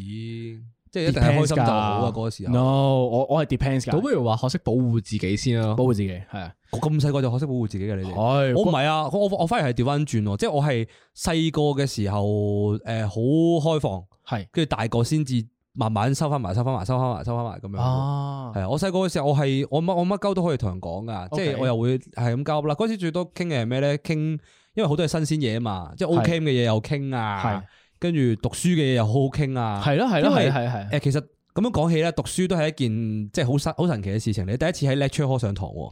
A: 即係一定係開心就好啊！嗰個時候
C: No，我我係 depends
B: 倒
C: 㗎，
B: 不如話學識保護自己先咯
C: 保。護自己係啊，
A: 我咁細個就學識保護自己嘅你哋。
C: 係
A: 我唔係啊，我我我反而係調翻轉喎，即係我係細個嘅時候誒好、開放，
C: 係
A: 跟住大個先至慢慢收翻埋、收翻埋、收翻埋、收翻埋咁樣。
C: 啊，
A: 係啊，我細個嘅時候我係我乜我乜鳩都可以同人講噶，即
C: OK
A: 係我又會係咁交啦。嗰時最多傾嘅係咩咧？傾因為好多係新鮮嘢啊嘛，即係 O
C: 係
A: K 嘅嘢又傾啊
C: 係，
A: 跟住讀書嘅嘢又好好傾啊。
C: 係咯係咯
A: 因為
C: 係係係
A: 誒，其實咁樣講起咧，讀書都係一件即係好神好神奇嘅事情。你第一次喺 lecture hall 上堂喎，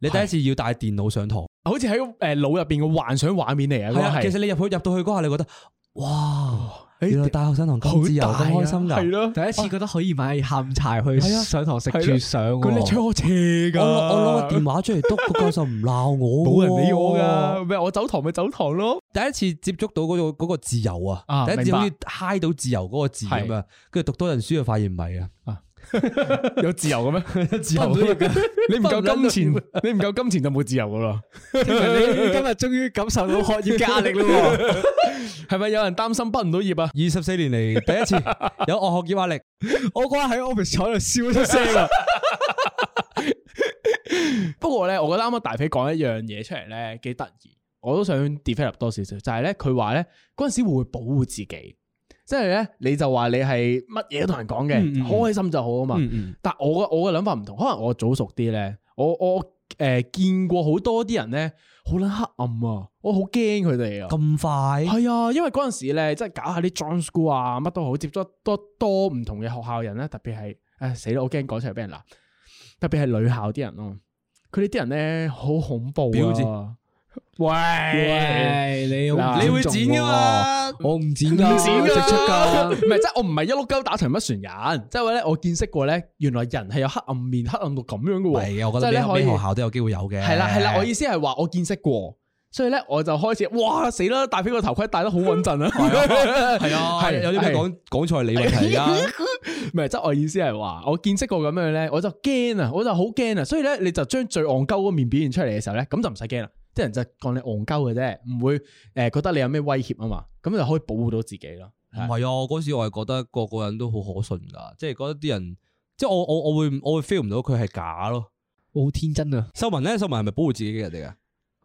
A: 你第一次要帶電腦上堂，
C: 好似喺誒腦入邊嘅幻想畫面嚟啊，
A: 係
C: 嗰
A: 啊。
C: 個
A: 其實
C: 係
A: 你入去入到去嗰下，你覺得哇，
C: 誒
A: 原來大學生堂咁自由
C: 哦好大
A: 咁
C: 啊
A: 開心
C: 係
A: 㗎。
C: 咯，
B: 第一次覺得可以買下午茶去
C: 係啊
B: 上堂食
C: 係
B: 住
C: 咯
B: 上
C: 佢
A: 哦
C: 你
B: 喎，
C: 搶我斜
A: 我
C: 噶，
A: 攞我攞個電話出嚟篤，個教授唔
C: *laughs*
A: 鬧我，
C: 冇人理我噶，。咩我走堂咪走堂咯，
A: 第一次接觸到嗰個嗰個自由啊，
C: 啊
A: 第一次
C: 明白
A: 好似嗨到自由嗰個字咁啊，跟住讀多陣書就發現唔係啊，
C: *laughs* 有自由嘅咩？自由啊 *laughs*
B: 唔到㗎
C: 你唔夠金錢， *laughs* 你唔夠金錢就冇自由噶啦，
B: 你今日終於感受到學業嘅壓力咯喎。
C: *laughs* 係咪有人擔心畢唔到業啊？
A: 二十四年嚟第一次有我學業壓
C: *laughs*
A: 力，
B: 我嗰日喺 office 坐喺度笑出聲啊！
C: 不過咧，我覺得啱啱大肥講一樣嘢出嚟咧，幾得意，我都想 develop 多少少，就係咧佢話咧嗰陣時會保護自己，即係咧你就話你係乜嘢都同人講
A: 嗯嗯
C: 嘅，
A: 嗯
C: 開心就好啊嘛。
A: 嗯
C: 但我嘅我嘅諗法唔同，可能我早熟啲咧，我我誒、呃、見過好多啲人咧，好好撚黑暗啊！我好驚佢哋啊！
A: 咁快，
C: 係啊，因為嗰陣時咧，即係搞下啲 John School 啊，乜都好，接觸多多唔同嘅學校人咧，特別係，唉死啦！我驚講出嚟俾人鬧，特別係女校啲人咯，佢哋啲人咧好恐怖
A: 婊
C: 啊！喂，
B: 喂，你
C: 好
B: 好，
C: 你
A: 會剪㗎嘛
B: 我唔剪噶，
C: 剪㗎
B: 直出
C: 唔
B: 噶。
C: 係即係我唔係一碌鳩打成乜船人，即係話咧我見識過咧，原來人係有黑暗面，黑暗到咁樣嘅
A: 唔
C: 喎。
A: 係嘅，啊我覺
C: 即係
A: 得
C: 咧可以
A: 咩咩學校都有機會有嘅。
C: 係啦係啦，我意思係話我見識過，所以咧我就開始，哇死啦！戴飛個頭盔戴得好穩陣啊！係
A: 係啊，係有啲咩講講錯係你問題啊？
C: 唔係，即係我意思係話，我見識過咁樣咧，我就驚啊，我就好驚啊，所以咧你就將最戇鳩嗰面表現出嚟嘅時候咧，咁就唔使驚啦，啲人就當你戇鳩嘅啫，唔會誒、呃、覺得你有咩威脅啊嘛，咁就可以保護到自己咯。
A: 唔係啊，我嗰時我係覺得個個人都好可信㗎，即係覺得啲人，即係我我我會我會 feel 唔到佢係假咯。
B: 我好天真啊！
A: 秀文咧，秀文係咪保護自己嘅人嚟㗎？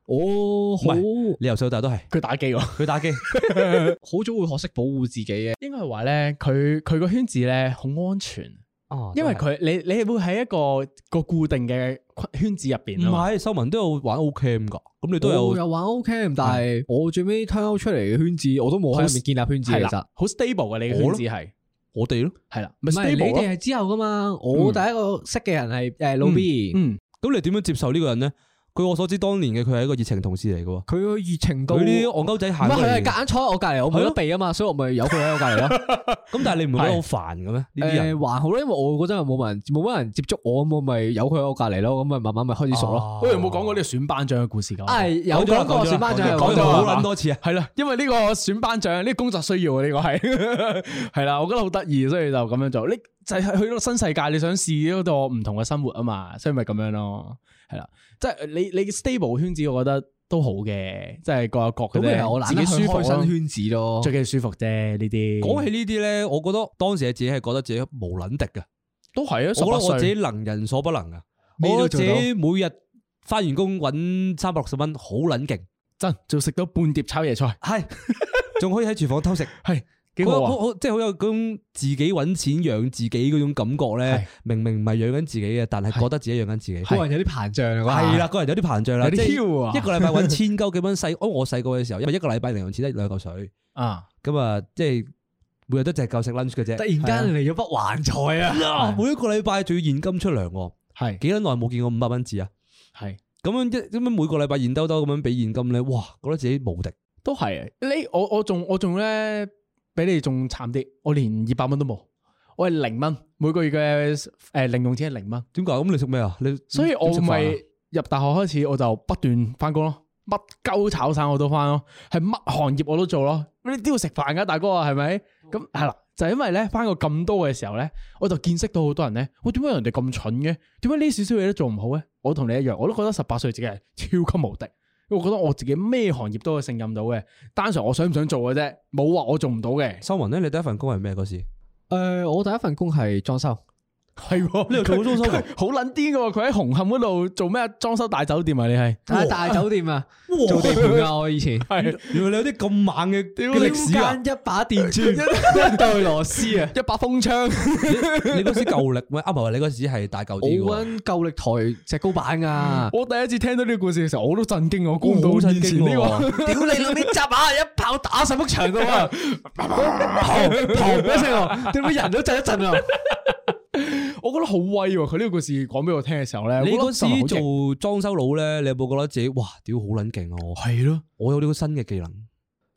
B: 我好
A: 你由細到大都係
C: 佢打機喎，
A: 佢打機，
B: 好早會學識保護自己嘅。
C: 應該係話咧，佢佢個圈子咧好安全，
B: 哦
C: 因為佢你你會喺一個個固定嘅圈子入
A: 唔
C: 邊啊嘛。
A: 係秀文都有玩 O Cam 㗎，咁你都
B: 我
A: 有
B: 有玩 Ocam，但係我最尾 turn out 出嚟嘅圈子，我都冇喺入面建立圈子。
C: 係
B: 其實
C: 啦，好 stable 嘅你嘅圈子係
A: 我哋咯。
C: 係啦，
B: 唔
C: 咪
B: 係你
C: stable
B: 哋
C: 咯。
B: 係之後噶嘛？我第一個識嘅人係誒老 B，
C: 嗯，
A: 咁你點樣接受呢個人咧？據我所知，當年嘅佢係一個熱情同事嚟嘅喎。
B: 佢個熱情到
A: 佢呢啲
B: 唔
A: 戇鳩仔行
B: 係
A: 過
B: 佢
A: 嚟
B: 係夾硬坐喺我隔離，我冇
A: 係
B: 得
A: 咯
B: 避啊嘛，所以我咪由佢喺我隔離咯。
A: 咁但係你唔會覺得好煩嘅咩？呢啲
B: 誒
A: 人
B: 還好啦，因為我嗰陣又冇乜人冇乜人接觸我，咁我咪由佢喺我隔離咯，咁咪慢慢咪開始熟
A: Ờ.
B: 咯。
C: 我哋哦有冇講過呢個選班長嘅故事㗎？
B: 啊，有
A: 咗啦
B: 講嗯過
A: 咗啦
B: 小班長，
A: 講
C: 咗
A: 咗
C: 啦
A: 好
C: 係嘛
A: 撚多次啊！
C: 系啦，因為呢個選班長呢、個工作需要啊，呢、個係
B: *laughs*
C: 係啦，我覺得好得意，所以就咁樣做。你就係去到新世界，你想試嗰個唔同嘅生活啊嘛，所以咪咁樣咯，係啦，即係你你嘅 stable 圈子，我覺得都好嘅，即係各有各
B: 咁
C: 嘅
B: 咪係
C: 啫，
B: 我懶
C: 自
B: 得
C: 己
B: 去
C: 舒服
B: 開
C: 咯
B: 新，圈子咯。
C: 最緊要舒服啫呢啲。
A: 講起呢啲咧，我覺得當時嘅自己係覺得自己無撚敵嘅，
C: 都係啊，十
A: 我
C: 八
A: 覺得我自己
C: 歲
A: 能人所不能啊！
B: 咩
A: 我
B: 都
A: 覺
B: 做
A: 得
B: 到
A: 自己每日翻完工揾三百六十蚊，好撚勁，
C: 真就食到半碟炒椰菜，
A: 係 *laughs* 仲可以喺廚房偷食，
C: 係幾好啊！
A: 好即係好有嗰種自己揾錢養自己嗰種感覺咧
C: 係。
A: 明明唔係養緊自己嘅，但係覺得自己養緊自己。
B: 個人有啲膨脹啊，
A: 係啦，，個人有啲膨脹啦，
C: 有啲
A: 即係
C: 囂啊
A: 一個禮拜揾千鳩幾 *laughs* 蚊細，哦，我細個嘅時候，因為一個禮拜零用錢得兩嚿水，
C: 啊，
A: 咁啊，即係每日都淨係夠食 lunch 嘅啫。
B: 突然間嚟咗筆還財啊！
A: 啊，每一個禮拜仲要現金出糧喎，
C: 係
A: 幾多耐冇見過五百蚊紙啊？
C: 係。
A: 咁樣一咁樣每個禮拜現兜兜咁樣俾現金咧，哇，覺得自己無敵。
C: 都係啊！你我我仲我仲咧，比你仲慘啲，我連二百蚊都冇，我係零蚊，每個月嘅誒零用錢係零蚊，
A: 點解？咁你食咩啊？你
C: 所以我
A: 點食飯啊
C: 咪入大學開始我就不斷翻工咯，乜鳩炒散我都翻咯，係乜行業我都做咯，你都要食飯噶大哥啊，係咪？咁係啦，就係因為咧翻過咁多嘅時候咧，我就見識到好多人咧，我點解人哋咁蠢嘅？點解呢少少嘢都做唔好咧？我同你一樣，我都覺得十八歲自己係超級無敵。因為我覺得我自己咩行業都可以勝任到嘅，單純我想唔想做嘅啫，冇話我做唔到
A: *laughs*
C: 嘅。
A: 修文咧，你第一份工係咩嗰時？
B: 誒，我第一份工係裝修，
C: 係喎，
A: 呢度做裝修啊㗎
C: 佢好撚癲嘅喎，佢喺紅磡嗰度做咩裝修大酒店啊？你係
B: 喺大酒店啊，做地盤啊，我以前。
C: 係
A: 原來你有啲咁猛嘅嘅歷史啊！
B: 一把電鑽，一對螺絲啊！
C: 一把風槍，
A: 你嗰時夠力咩？啊，唔係，你嗰時係大嚿
B: 我
A: 啲嘅喎。
B: 搵夠力抬石膏板啊！
C: 我第一次聽到呢個故事嘅時候，我都震驚，我估唔
A: 哦好
C: 到
A: 震
C: 以前
A: 驚
C: 呢個。
A: 喎！
B: 屌你老味，執啊！一炮打十幅牆噶嘛，砰砰一聲喎，點解人都震一震啊？
C: 我覺得好威喎！佢呢個故事講俾我聽嘅時候咧，
A: 你嗰
C: 我覺得真係
A: 時
C: 好勁
A: 做裝修佬咧，你有冇覺得自己哇屌好撚勁啊？我
C: 係咯，
A: 我有呢個新嘅技能，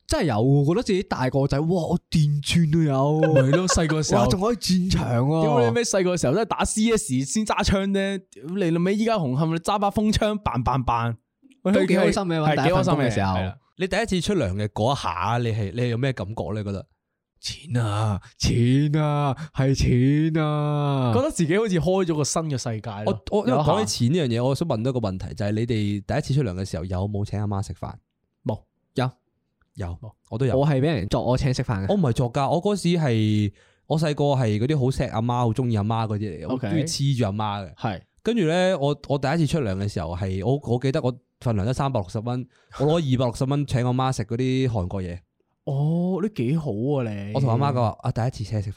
B: 真係有，我覺得自己大個仔，哇！我電鑽都有，
C: 係咯，細個嘅時
B: 哇！
C: 候
A: 哦
B: 仲。可以戰場
C: 屌你
B: 啊！
C: 咩！細個嘅時候真係打 C.S. 先揸槍咧，屌你老尾依家紅磡你揸把風槍扮扮扮，
B: 都幾開心嘅搵
C: 係
B: 第
C: 幾
B: 一
C: 開
B: 份
C: 心
B: 工嘅
C: 嘅
B: 時候
C: 係啦
A: 你第一次出糧嘅嗰一下，你係你係有咩感覺咧？覺得
B: 錢啊，錢啊，係錢啊！
C: 覺得自己好似開咗個新嘅世界
A: 我
C: 咯。
A: 我因為
C: 有一下
A: 講起錢呢樣嘢，我想問多一個問題，就係你哋第一次出糧嘅時候有冇請阿媽食飯？
C: 冇
B: 有
A: 有，我都有。
B: 我係俾人作我請食飯嘅
A: 我，唔係作家，我嗰時係我細個係嗰啲好錫阿媽、好中意阿媽嗰啲嚟嘅，我
C: OK
A: 中意黐住阿媽嘅。
C: 係
A: 跟住咧，我我第一次出糧嘅時候係我我記得我份糧得三百六十蚊，我攞二百六十蚊請我媽食嗰啲韓國嘢。
C: 哦，你幾好啊你！
A: 我同阿媽講話：啊，第一次請你食飯，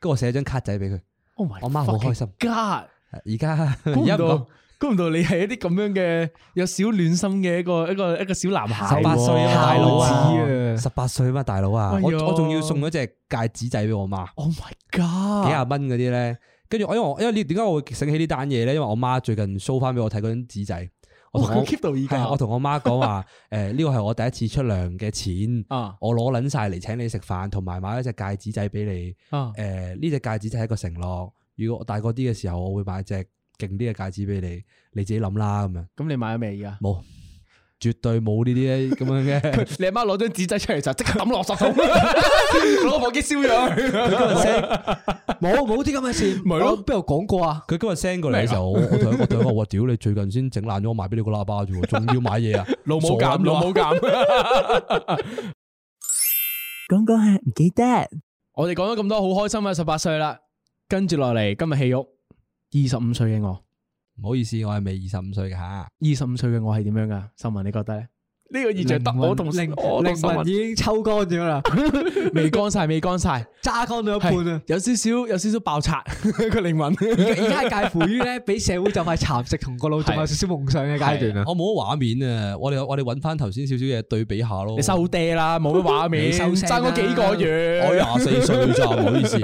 A: 跟住我寫張卡仔俾佢，
C: Oh my，
A: 我媽好開心
C: fucking God，
A: 而家 *laughs*
C: 估
A: 而
C: 唔
A: 家唔
C: 到
A: 講，
C: 估唔到你係一啲咁樣嘅有小暖心嘅一個一個一個小男孩喎，
A: 十八歲啊嘛，大佬
C: 孝子
A: 啊，
C: 啊
A: 十八歲啊嘛，大佬啊，我
C: 哎呀
A: 我仲要送咗隻戒指仔俾我媽，
C: ！Oh my
A: 幾
C: god！
A: 廿蚊嗰啲咧，跟住我因為我因為呢點解我會醒起呢單嘢咧？因為我媽最近 show 翻俾我睇嗰張紙仔，我同
C: 哇
A: 我
C: 佢 keep 到而
A: 係啊
C: 家，
A: 我同我媽講
C: *laughs*
A: 話，誒呢個係我第一次出糧嘅錢，
C: 啊
A: 我攞撚晒嚟請你食飯，同埋買咗隻戒指仔俾你。
C: 啊
A: 誒呃呢隻戒指就係一個承諾，如果我大個啲嘅時候，我會買隻勁啲嘅戒指俾你，你自己諗啦咁樣。
C: 咁你買咗未啊而家？
A: 冇，絕對冇呢啲咁樣嘅。
C: 你阿媽攞張紙仔出嚟就即刻抌落垃圾桶，攞個火機燒咗佢。
A: 佢今日 send
B: 冇冇啲咁嘅事，
C: 咪咯
B: 我邊度講過啊？
A: 佢今日 send 過嚟嘅時候，我我同佢我同佢話：，哇屌你最近先整爛咗，我買俾你個喇叭啫喎，仲要買嘢啊！
C: 老母
A: 傻
C: 減，
A: 撚咗
C: 老母減。
D: 讲讲下唔記得。
C: 我哋講咗咁多，好開心啊！十八歲啦，跟住落嚟今日戲肉，二十五歲嘅我，
A: 唔好意思，我係未二十五歲嘅吓。
C: 二十五歲嘅我係點樣噶？秀文你覺
A: *laughs*
C: 得咧？呢個現象得我同
B: 靈
C: 我同
B: 靈
C: 秀
B: 魂
C: 文
B: 已經抽乾咗 *laughs* 啦，
C: 未乾晒，未乾晒，
B: 揸乾到一半
C: 係
B: 啊！
C: 有少少有少少爆拆 *laughs* 個靈魂。
A: *laughs*
B: 而家而家係介乎於咧，俾社會就快蠶食，同個腦仲有少少夢想嘅階段啊！
A: 我冇乜畫面啊！我哋我哋揾翻頭先少少嘢對比下咯。
C: 你收爹啦，冇乜畫
A: *laughs*
C: 面，
B: 你收聲啦
C: 爭嗰幾個
A: 我
C: 月，
A: 廿四歲咋，唔好意思。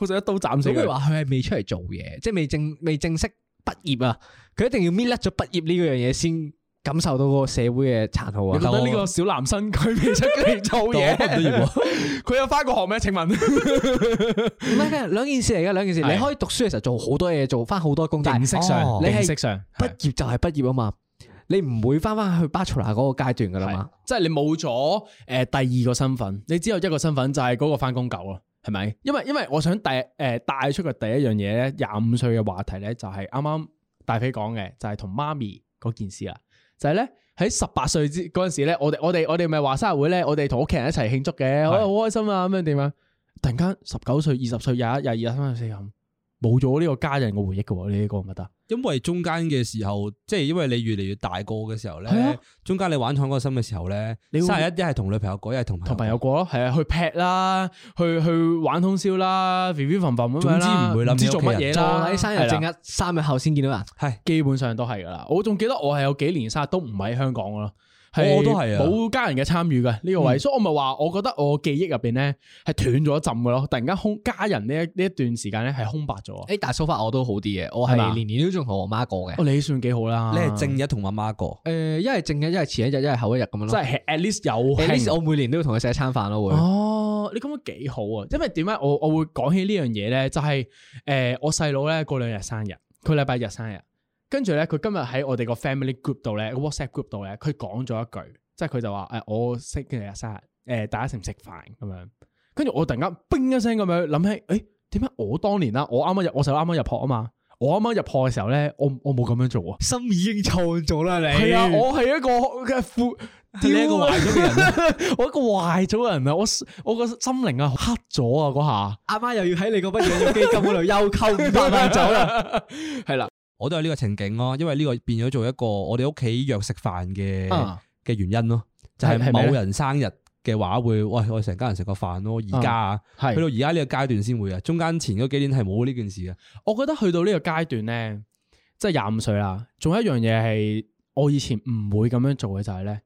C: 好想一刀斬死
B: 咁
C: 佢
B: 佢。話佢係未出嚟做嘢，即係未正未正式畢業啊！佢一定要搣甩咗畢業呢樣嘢先感受到個社會嘅殘酷
C: 你
B: 啊！
C: 覺得呢個小男生佢未出嚟做
A: *laughs*
C: 嘢，
A: 但我畢唔到業
C: *laughs* 佢有翻過學咩？請
A: *laughs*
C: 問
B: 唔係嘅兩件事嚟嘅，兩件事。
C: 係
B: 你可以讀書嘅時候做好多嘢，做翻好多工，但係
A: 上
B: 你係
C: 形式上，
B: 畢業就係畢業啊嘛，你唔會翻翻去 bachelor 嗰個階段噶啦嘛。
C: 即係你冇咗诶第二個身份，你只有一個身份就係嗰個翻工狗咯，係咪？因為因为我想第诶带出嘅第一樣嘢咧，廿五歲嘅話題咧，就係啱啱大飛講嘅，就係同媽咪嗰件事啦，就係咧。喺十八歲之嗰陣時咧，我哋我哋我哋咪話生日會咧，我哋同屋企人一齊慶祝嘅，好好開心啊咁樣點樣？突然間十九歲、二十歲、廿一、廿二、廿三、廿四咁，冇咗呢個家人嘅回憶嘅喎，你呢個咪得？
A: 因為中間嘅時候，即係因為你越嚟越大個嘅時候
C: 係
A: 咧
C: 啊，
A: 中間你玩闖個心嘅時候咧，
C: 你會
A: 生日一一係同女朋友過，一係同
C: 同朋
A: 友
C: 友過咯，係啊，去劈啦，去去玩通宵啦，V V 瞓瞓咁
A: 總
C: 樣啦，
A: 之唔會諗
C: 知做乜
A: 你屋
C: 嘢
B: 坐
C: 啦，
B: 喺生
C: 係
B: 日
C: 啦
B: 正日三日後先見到人，
A: 係
C: 基本上都係噶啦。我仲記得我係有幾年生日都唔喺香港噶咯，係
A: 我都係啊
C: 冇家人嘅參與嘅呢個位，所以我咪話，我覺得我記憶入邊咧係斷咗一浸噶咯，突然間空家人呢一呢一段時間咧係空白咗。
B: 誒，但係 so far 我都好啲嘅，我
C: 係嘛
B: 係年年都仲同我媽過嘅。
C: 哦，你算幾好啦，
A: 你係正日同媽媽過，
B: 誒，一係正日，一係前一日，一係後一日咁樣
C: 即
B: 咯。
C: 係 at least 有
B: 誒，呢
C: 慶
B: 時我每年都要同佢食一餐飯咯，會。
C: 哦，你咁樣幾好啊！因為點解我我會講起呢樣嘢咧？就係、呃我細佬咧過兩日生日，佢禮拜日生日，跟住咧佢今日喺我哋個 family group 度咧，個 WhatsApp group 度咧，佢講咗一句，即係佢就話誒、呃我星期日生日，誒、大家食唔食飯咁樣？跟住我突然間冰一聲咁樣諗起，誒點解我當年啦，我啱啱入我細佬啱啱入學啊嘛，我啱啱入學嘅時候咧，我我冇咁樣做啊。
B: 心已經創造啦，你
C: 係啊，我係一個嘅負，
A: 哎你一個壞咗嘅人啊
C: 人， *laughs* 我一個壞咗嘅人啊！我我個心靈啊黑咗啊嗰下。
B: 阿媽又要喺你個不養老基金嗰度又扣五百萬走啦。
C: 係啦，
A: 我都有呢個情景咯，因為呢個變咗做一個我哋屋企約食飯嘅
C: 啊
A: 嘅原因咯，就係
C: 係係
A: 某
C: 咩咧
A: 人生日嘅話會，喂我哋成家人食個飯咯，而家啊，去到
C: 係，
A: 而家呢個階段先會啊，中間前嗰幾年係冇呢件事嘅，
C: 我覺得去到呢個階段咧，即係廿五歲啦，仲有一樣嘢係我以前唔會咁樣做嘅就係咧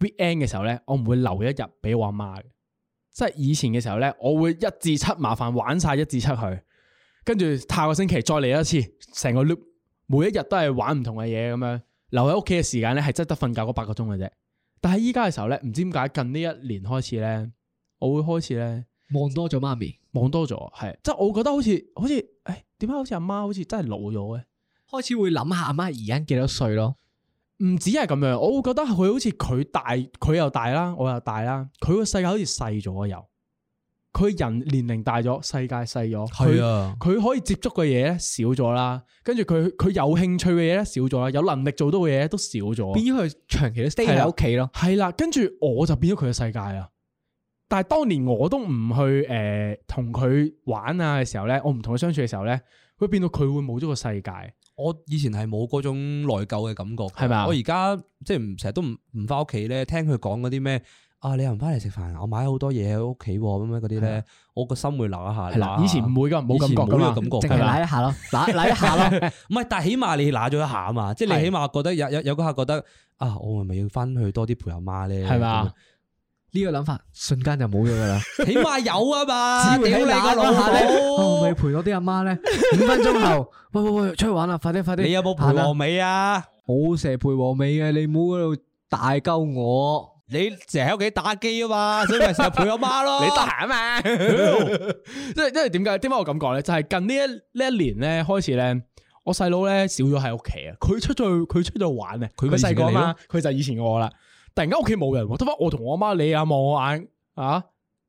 C: ，weekend 嘅時候咧，我唔會留一日俾我阿媽嘅，即係以前嘅時候咧，我會一至七麻煩玩晒一至七去，跟住下個星期再嚟一次，成個 loop，每一日都係玩唔同嘅嘢咁樣，留喺屋企嘅時間咧係真係得瞓覺嗰八個鐘嘅啫。但係依家嘅時候咧，唔知點解近呢一年開始咧，我會開始咧。
B: 望多咗媽咪，
C: 望多咗，係即係我覺得好似好似，誒點解好似阿媽好似真係老咗嘅？
B: 開始會諗下阿媽而家幾多歲咯。
C: 唔止係咁樣，我會覺得佢好似佢大，佢又大啦，我又大啦，佢個世界好似細咗啊又，佢人年齡大咗，世界細咗，佢
A: 啊，
C: 佢可以接觸嘅嘢咧少咗啦，跟住佢佢有興趣嘅嘢咧少咗啦，有能力做到嘅嘢都少
B: 變
C: 咗，
B: 咗佢長期都 stay
C: 係啦
B: 喺屋企咯。
C: 係啦，跟住我就變咗佢嘅世界啊！但係當年我都唔去誒同佢玩啊嘅時候咧，我唔同佢相處嘅時候咧，會變到佢會冇咗個世界。
A: 我以前係冇嗰種內疚嘅感覺，
C: 係咪啊
A: 我而家即係唔成日都唔唔翻屋企咧，聽佢講嗰啲咩啊你又唔翻嚟食飯啊，我買咗好多嘢喺屋企喎，咁樣嗰啲
C: 係啊
A: 咧，我個心會揦一下。啊
C: 係啦，
A: 揦一
C: 啊以前
A: 下
C: 唔會噶，冇感
A: 以前
C: 覺
A: 冇
C: 噶
A: 呢
C: 嘛
A: 個，感覺
B: 净
A: 㗎
B: 系
A: 係
B: 舐
A: 啦
B: 一下咯，舐舐一下 *laughs* 咯，
A: *laughs* 唔係，但係起碼你揦咗一下啊嘛，即係你
C: 係
A: 起碼覺得有有有嗰下覺得啊，我係咪要翻去多啲陪阿媽咧？
C: 係嘛
A: 咁樣？
B: 呢個諗法瞬間就冇咗噶啦。
A: 起碼有啊
C: *laughs*
A: 嘛，
B: 只會
A: 屌
B: 喺
A: 你
B: 嗱
A: 個老
B: 嗰下咧， *laughs* 哦，咪
A: 母！
B: 陪我啲阿媽咧，五分鐘後，喂喂喂，出去玩啦，快啲快啲！
A: 你有冇
B: 行
A: 陪
B: 啦
A: 我？尾啊？
B: 冇成日陪和美嘅，你唔好喺度大鳩我。
A: 你成日喺屋企打機啊嘛，所以咪成日陪我媽咯。
C: *laughs* 你得閒啊嘛，即係因為點解？點解我咁講咧？就係、近呢一呢一年咧，開始咧，我細佬咧少咗喺屋企啊，佢出咗去，佢出咗去玩啊，
A: 佢
C: 佢
A: 咪以前
C: 細個啊
A: 嘅你
C: 嘛，佢就係以前嘅我啦。突然間屋企冇人喎，得翻我同我媽你啊望我眼啊，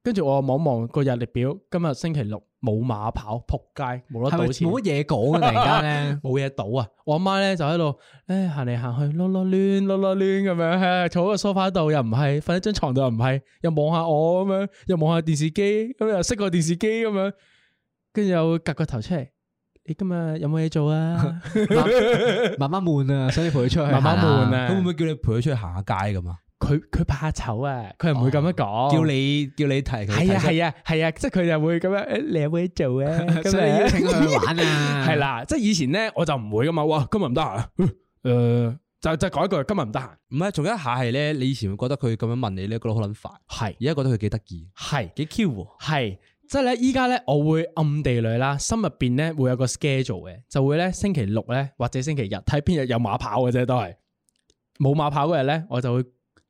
C: 跟住我望一望個日曆表，今日星期六冇馬跑，撲街冇
B: 係
C: 得
B: 咪
C: 賭
B: *laughs*
C: 錢。，
B: 冇乜嘢講啊？突然間咧
C: 冇嘢賭啊！我阿媽咧就喺度，誒行嚟行去，碌碌攣碌碌攣咁樣，唉坐喺個 sofa 度又唔係，瞓喺張床度又唔係，又望下我咁樣，又望下電視機，咁又熄個電視機咁樣，跟住又夾個頭出嚟，你今日有冇嘢做 *laughs* 啊？
B: 慢慢悶啊，所以陪佢出去。
C: 慢慢悶！
A: 佢會唔
C: 啊！
A: 會叫你陪佢出去行下街咁啊？
C: 佢佢怕醜啊，佢又唔會咁樣講。
A: 叫你叫你提佢
C: 係啊
A: 提出
C: 係啊係啊，即係佢就會咁樣，誒你有冇嘢 *laughs* 做啊？咁
B: 所以
C: 樣
B: 邀請佢去 *laughs* 玩啊，
C: 系啦，即系以前咧我就唔會噶嘛，哇今日唔得閒啊，诶、就就講一句今日唔得閒，
A: 唔係，仲有一下係咧，你以前會覺得佢咁樣問你咧，覺得好撚煩，
C: 係
A: 而家覺得佢幾得意，
C: 係
A: 幾 Q 喎。
C: 係，即係咧依家咧我會暗地裏啦，心入邊咧會有個 schedule 嘅，就會咧星期六咧或者星期日睇邊日有馬跑嘅啫，都係冇馬跑嗰日咧我就會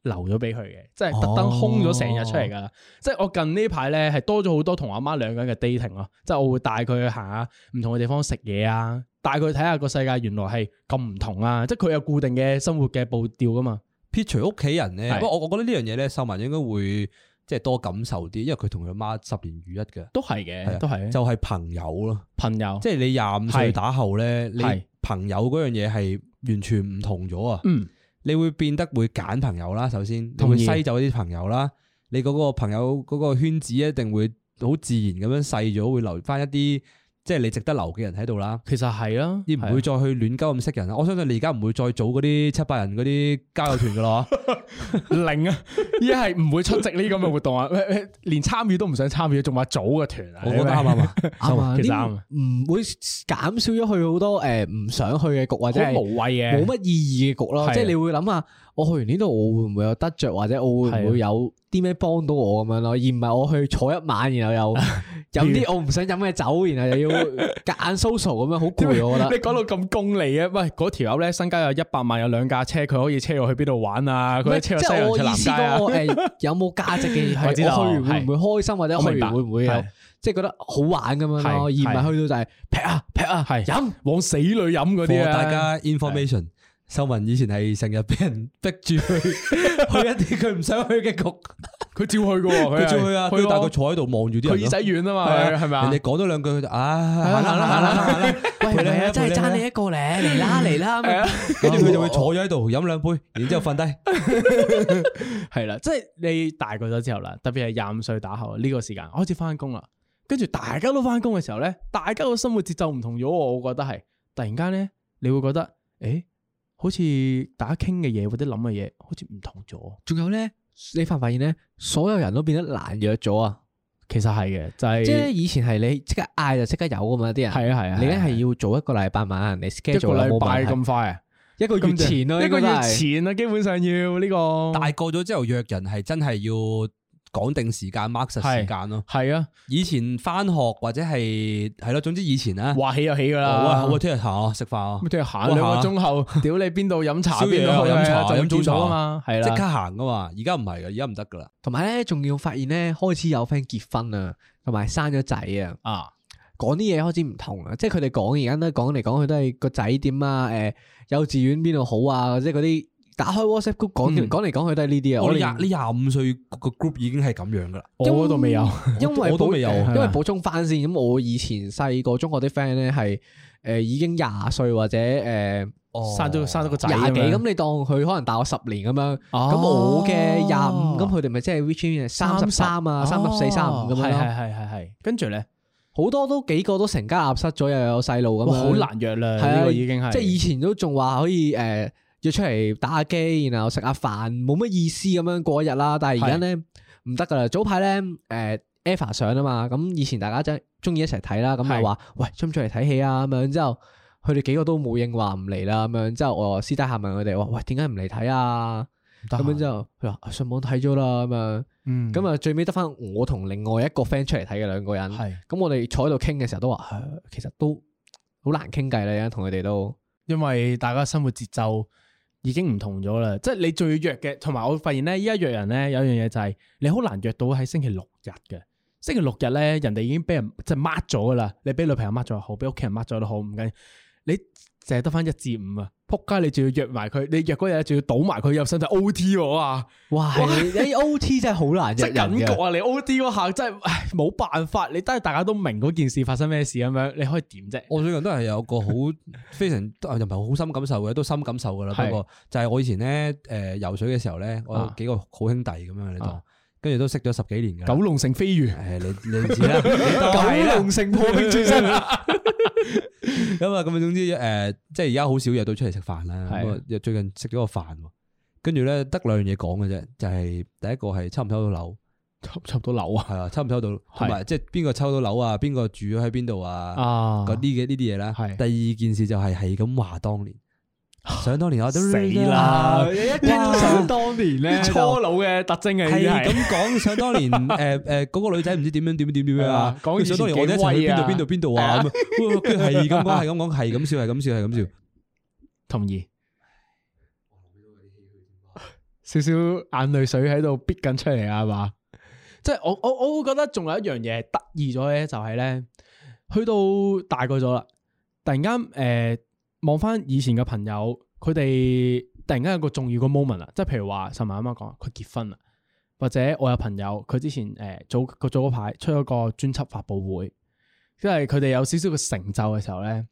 C: 留咗俾佢嘅，即係特登空咗成日出嚟噶啦。即係我近呢排咧係多咗好多同阿媽兩個人嘅 dating 咯，即係我會帶佢去行下唔同嘅地方食嘢啊，帶佢睇下個世界原來係咁唔同啊，即係佢有固定嘅生活嘅步調噶嘛。
A: 撇除屋企人咧，
C: 係
A: 不過我我覺得呢樣嘢咧，秀文應該會即係多感受啲，因為佢同佢媽十年如一嘅，
C: 都係
A: 係啊
C: 嘅，都係就
A: 就係朋友咯。
C: 朋友，
A: 即係你廿五歲
C: 係
A: 打後咧，你
C: 係
A: 朋友嗰樣嘢係完全唔同咗啊！
C: 嗯，
A: 你會變得會揀朋友啦，首先你
C: 同
A: 會
C: 意
A: 篩走啲朋友啦，你嗰個朋友嗰個圈子一定會好自然咁樣細咗，會留翻一啲即係你值得留嘅人喺度啦。
C: 其實係啊啦，
A: 而唔會再去亂鳩咁識人啊啦。我相信你而家唔會再組嗰啲七百人嗰啲交友團噶咯。
C: 零啊，而家係唔會出席呢啲咁嘅活動啊， *laughs* 喂喂連參與都唔想參與，仲話組嘅團啊，
A: 我覺得啱唔啱啊？
B: 啱啊，
C: 其實啱
B: 呢
C: 啊
B: 唔會減少咗佢好多誒唔想去嘅局或者係
C: *laughs* 好無謂啊嘅，
B: 啊冇乜意義嘅局咯。
C: 係
B: 即係你會諗下，我去完呢度，我會唔會有得着，或者我會唔
C: 係啊
B: 會有啲咩幫到我咁樣咯？而唔係我去坐一晚，
C: *laughs*
B: 然後又飲啲我唔想飲嘅酒，然後又要夾硬 social 咁樣，好攰啊我覺
C: *laughs* 你
B: 得。
C: 講到咁功利嘅，喂，嗰條友咧身家有一百萬，有兩架車，佢可以車我去邊度玩啊？
B: 唔
C: 佢
B: 係
C: 可以車
B: 即
C: 我西
B: 係
C: 洋
B: 我
C: 去
B: 意
C: 南
B: 思
C: 街啊
B: 講，？我誒有冇價值
C: *laughs*
B: 嘅嘢
C: 我知
B: 係
C: 道
B: 我去完會唔會開心，或者
C: 我
B: 去
C: 明白
B: 完會唔會有
C: 係
B: 即係覺得好玩咁樣咯？
C: 係
B: 而唔係去到就係劈啊劈啊
C: 係
B: 飲。
C: 往死裏飲嗰啲
A: For
C: 啊！
A: 大家 information，秀文以前係成日俾人 *laughs* 逼住去去一啲佢唔想去嘅局，
C: 佢照去嘅喎，
A: 佢照去啊，
C: 佢
A: 佢但係佢
C: 佢
A: 坐喺度望住啲
C: 佢
A: 人
C: 耳仔
A: 咯。
C: 軟啊
A: 係
C: 嘛，係咪啊？
A: 人哋講咗兩句，佢就啊
B: 係啊
A: 行啦行啦行啦行啦，
B: 喂，
A: 陪
B: 唔
A: 你
B: 係
A: 啦
B: 啊，真係爭你。
A: 陪你啦
B: 一個咧，嚟啦嚟啦咁樣，
A: 跟住佢就會坐咗喺度飲兩杯，然之後瞓低。
C: 係啦，即係你大個咗之後啦，特別係廿五歲打後呢個時間開始翻工啦，跟住大家都翻工嘅時候咧，大家個生活節奏唔同咗喎，我覺得係突然間咧，你會覺得誒，好似大家傾嘅嘢或者諗嘅嘢好似唔同咗，
B: 仲有咧，你發唔發現咧，所有人都變得難約咗啊！
C: 其實係嘅，就係
B: 即係以前係你即刻嗌就即刻有噶嘛啲人，
C: 係啊係啊，
B: 你而
C: 咧
B: 家係要做一個哦禮拜晚，你
C: 一
B: schedule
C: 個禮拜
B: 有冇問題
C: 咁快啊，
B: 一個月前咯，
C: 一個
B: 應該
C: 月
B: 都係
C: 前啊，基本上要呢個
A: 大個咗之後約人係真係要講定時間 mark 實時間咯。
C: 係啊，
A: 以前翻學或者係係咯，總之以前啊，
C: 話起就起㗎啦，
A: 哦喂，我聽日行啊，食飯啊
C: 咁，即係行兩個鐘後，屌你邊度飲茶
A: 宵夜
C: 邊度
A: 啊飲茶
C: 就
A: 飲早
C: 見到
A: 茶
C: 啊嘛，係
A: 即
C: 啦，
A: 刻行噶嘛。而家唔係噶，而家唔得噶啦。
B: 同埋咧仲要發現咧開始有 friend 結婚啊，同埋生咗仔啊，
C: 啊，
B: 講啲嘢開始唔同啊，即係佢哋講而家都係講嚟講去都係個仔點啊，誒幼稚園邊度好啊，即係嗰啲打開 WhatsApp group 講
C: 嗯
B: 講嚟講去都係呢啲啊，
A: 我
B: 我
A: 哋
B: 哋
A: 廿你廿五歲個 group 已經係咁樣噶啦。
C: 我嗰度未有。 *laughs*
B: 因為
A: 我都
B: 補
A: 未有
B: 因為
C: 係啊
B: 補充翻先，咁我以前細個中學啲 friend 咧係誒已經廿歲或者誒。
C: 生咗生咗個仔
B: 廿幾
C: 咁樣
B: 咁，你當佢可能大我十年咁樣，
C: 哦
B: 咁我嘅廿五，咁佢哋咪即係 which in 三十三啊，三十四、三十五咁啊樣
C: 哦係係
B: 咯。
C: 係係係，跟住咧，
B: 好多都幾個都成家立室咗，又有細路咁
C: 哇，
B: 樣，
C: 好難約啦，
B: 係啊
C: 呢個已經係，
B: 即係以前都仲話可以誒呃約出嚟打下機，然後食下飯，冇乜意思咁樣過一日啦。但係而家咧唔得噶啦，早排咧誒 Eva 上啊嘛，咁以前大家真中意一齊睇啦，咁
C: 係
B: 咪話喂出唔出嚟睇戲啊咁樣之後。佢哋幾個都冇應話唔嚟啦，咁樣之後我又私底下問佢哋話：喂，點解唔嚟睇啊？咁樣之後佢話啊上網睇咗啦，咁樣
C: 嗯
B: 咁啊最尾得翻我同另外一個 friend 出嚟睇嘅兩個人。
C: 係
B: 咁我哋坐喺度傾嘅時候都話，唉其實都好難傾偈啦，而家同佢哋都
C: 因為大家生活節奏已經唔同咗啦，即係你最約嘅，同埋我發現咧，依家約人咧有一樣嘢就係你好難約到喺星期六日嘅。星期六日咧，人哋已經俾人即係 mark 咗噶啦，你俾女朋友 mark 咗又好，俾屋企人 mark 咗都好，唔緊要。你淨係得翻一至五啊，仆街！你仲要約埋佢，你約嗰日呢仲要賭埋佢入身就 O T 我啊！
B: 哇，你 O T 真係好難
C: 即
B: 約
C: 係感
B: 人
C: 覺
B: 嘅。
C: 啊！你 O T 嗰下真係唉冇辦法，你都係大家都明嗰件事發生咩事咁樣，你可以點啫？
A: 我最近都係有個好非常啊又唔係好深感受嘅，都深感受噶啦。
C: 係
A: 不過就係我以前咧誒游水嘅時候咧，我有
C: 啊
A: 幾個好兄弟咁樣你
C: 啊
A: 當，跟住都識咗十幾年噶。
C: 九龍城飛 *laughs* 魚
A: 誒你你唔知啦，
C: *laughs*
A: 你當係啦
B: 九龍城破冰
C: 啊
B: 轉身，
A: 咁啊，咁啊，總之誒、呃即係而家好少約到出嚟食飯啦。
C: 係
A: 咁啊，最近食咗個飯喎，跟住咧得兩樣嘢講嘅啫，就係、第一個係抽唔抽到樓，
C: 抽抽到樓啊！
A: 係啊，抽唔抽到，同埋即係邊個抽到樓啊，邊個住咗喺邊度啊，
C: 啊
A: 嗰啲嘅呢啲嘢啦。
C: 係
A: 第二件事就係係咁話當年，想當年我都
C: *laughs* 死啦！
B: 一
C: 聽到 *laughs* 想
B: 當年咧
C: 初老嘅特徵嘅
A: 係
C: 已
A: 咁
C: 經
A: 講，想當年 *laughs* 誒誒嗰個女仔唔知點樣點樣點樣啊
C: 係啊，講以前
A: 想當年我哋一齊
C: 幾威
A: 去邊
C: 啊
A: 度邊度邊度啊，咁樣跟住係咁講，係咁講，係咁笑，係咁笑，係咁笑。
C: 同意。少少眼淚水喺度逼緊出嚟啊，係嘛？即係我我我會覺得仲有一樣嘢得意咗咧，就係咧，去到大個咗啦，突然間誒望翻以前嘅朋友，佢哋突然間有個重要嘅 moment 啦，即係譬如話岑文啱啱講佢結婚啦，或者我有朋友佢之前誒、呃早個早嗰排出咗個專輯發布會，因為佢哋有少少嘅成就嘅時候咧。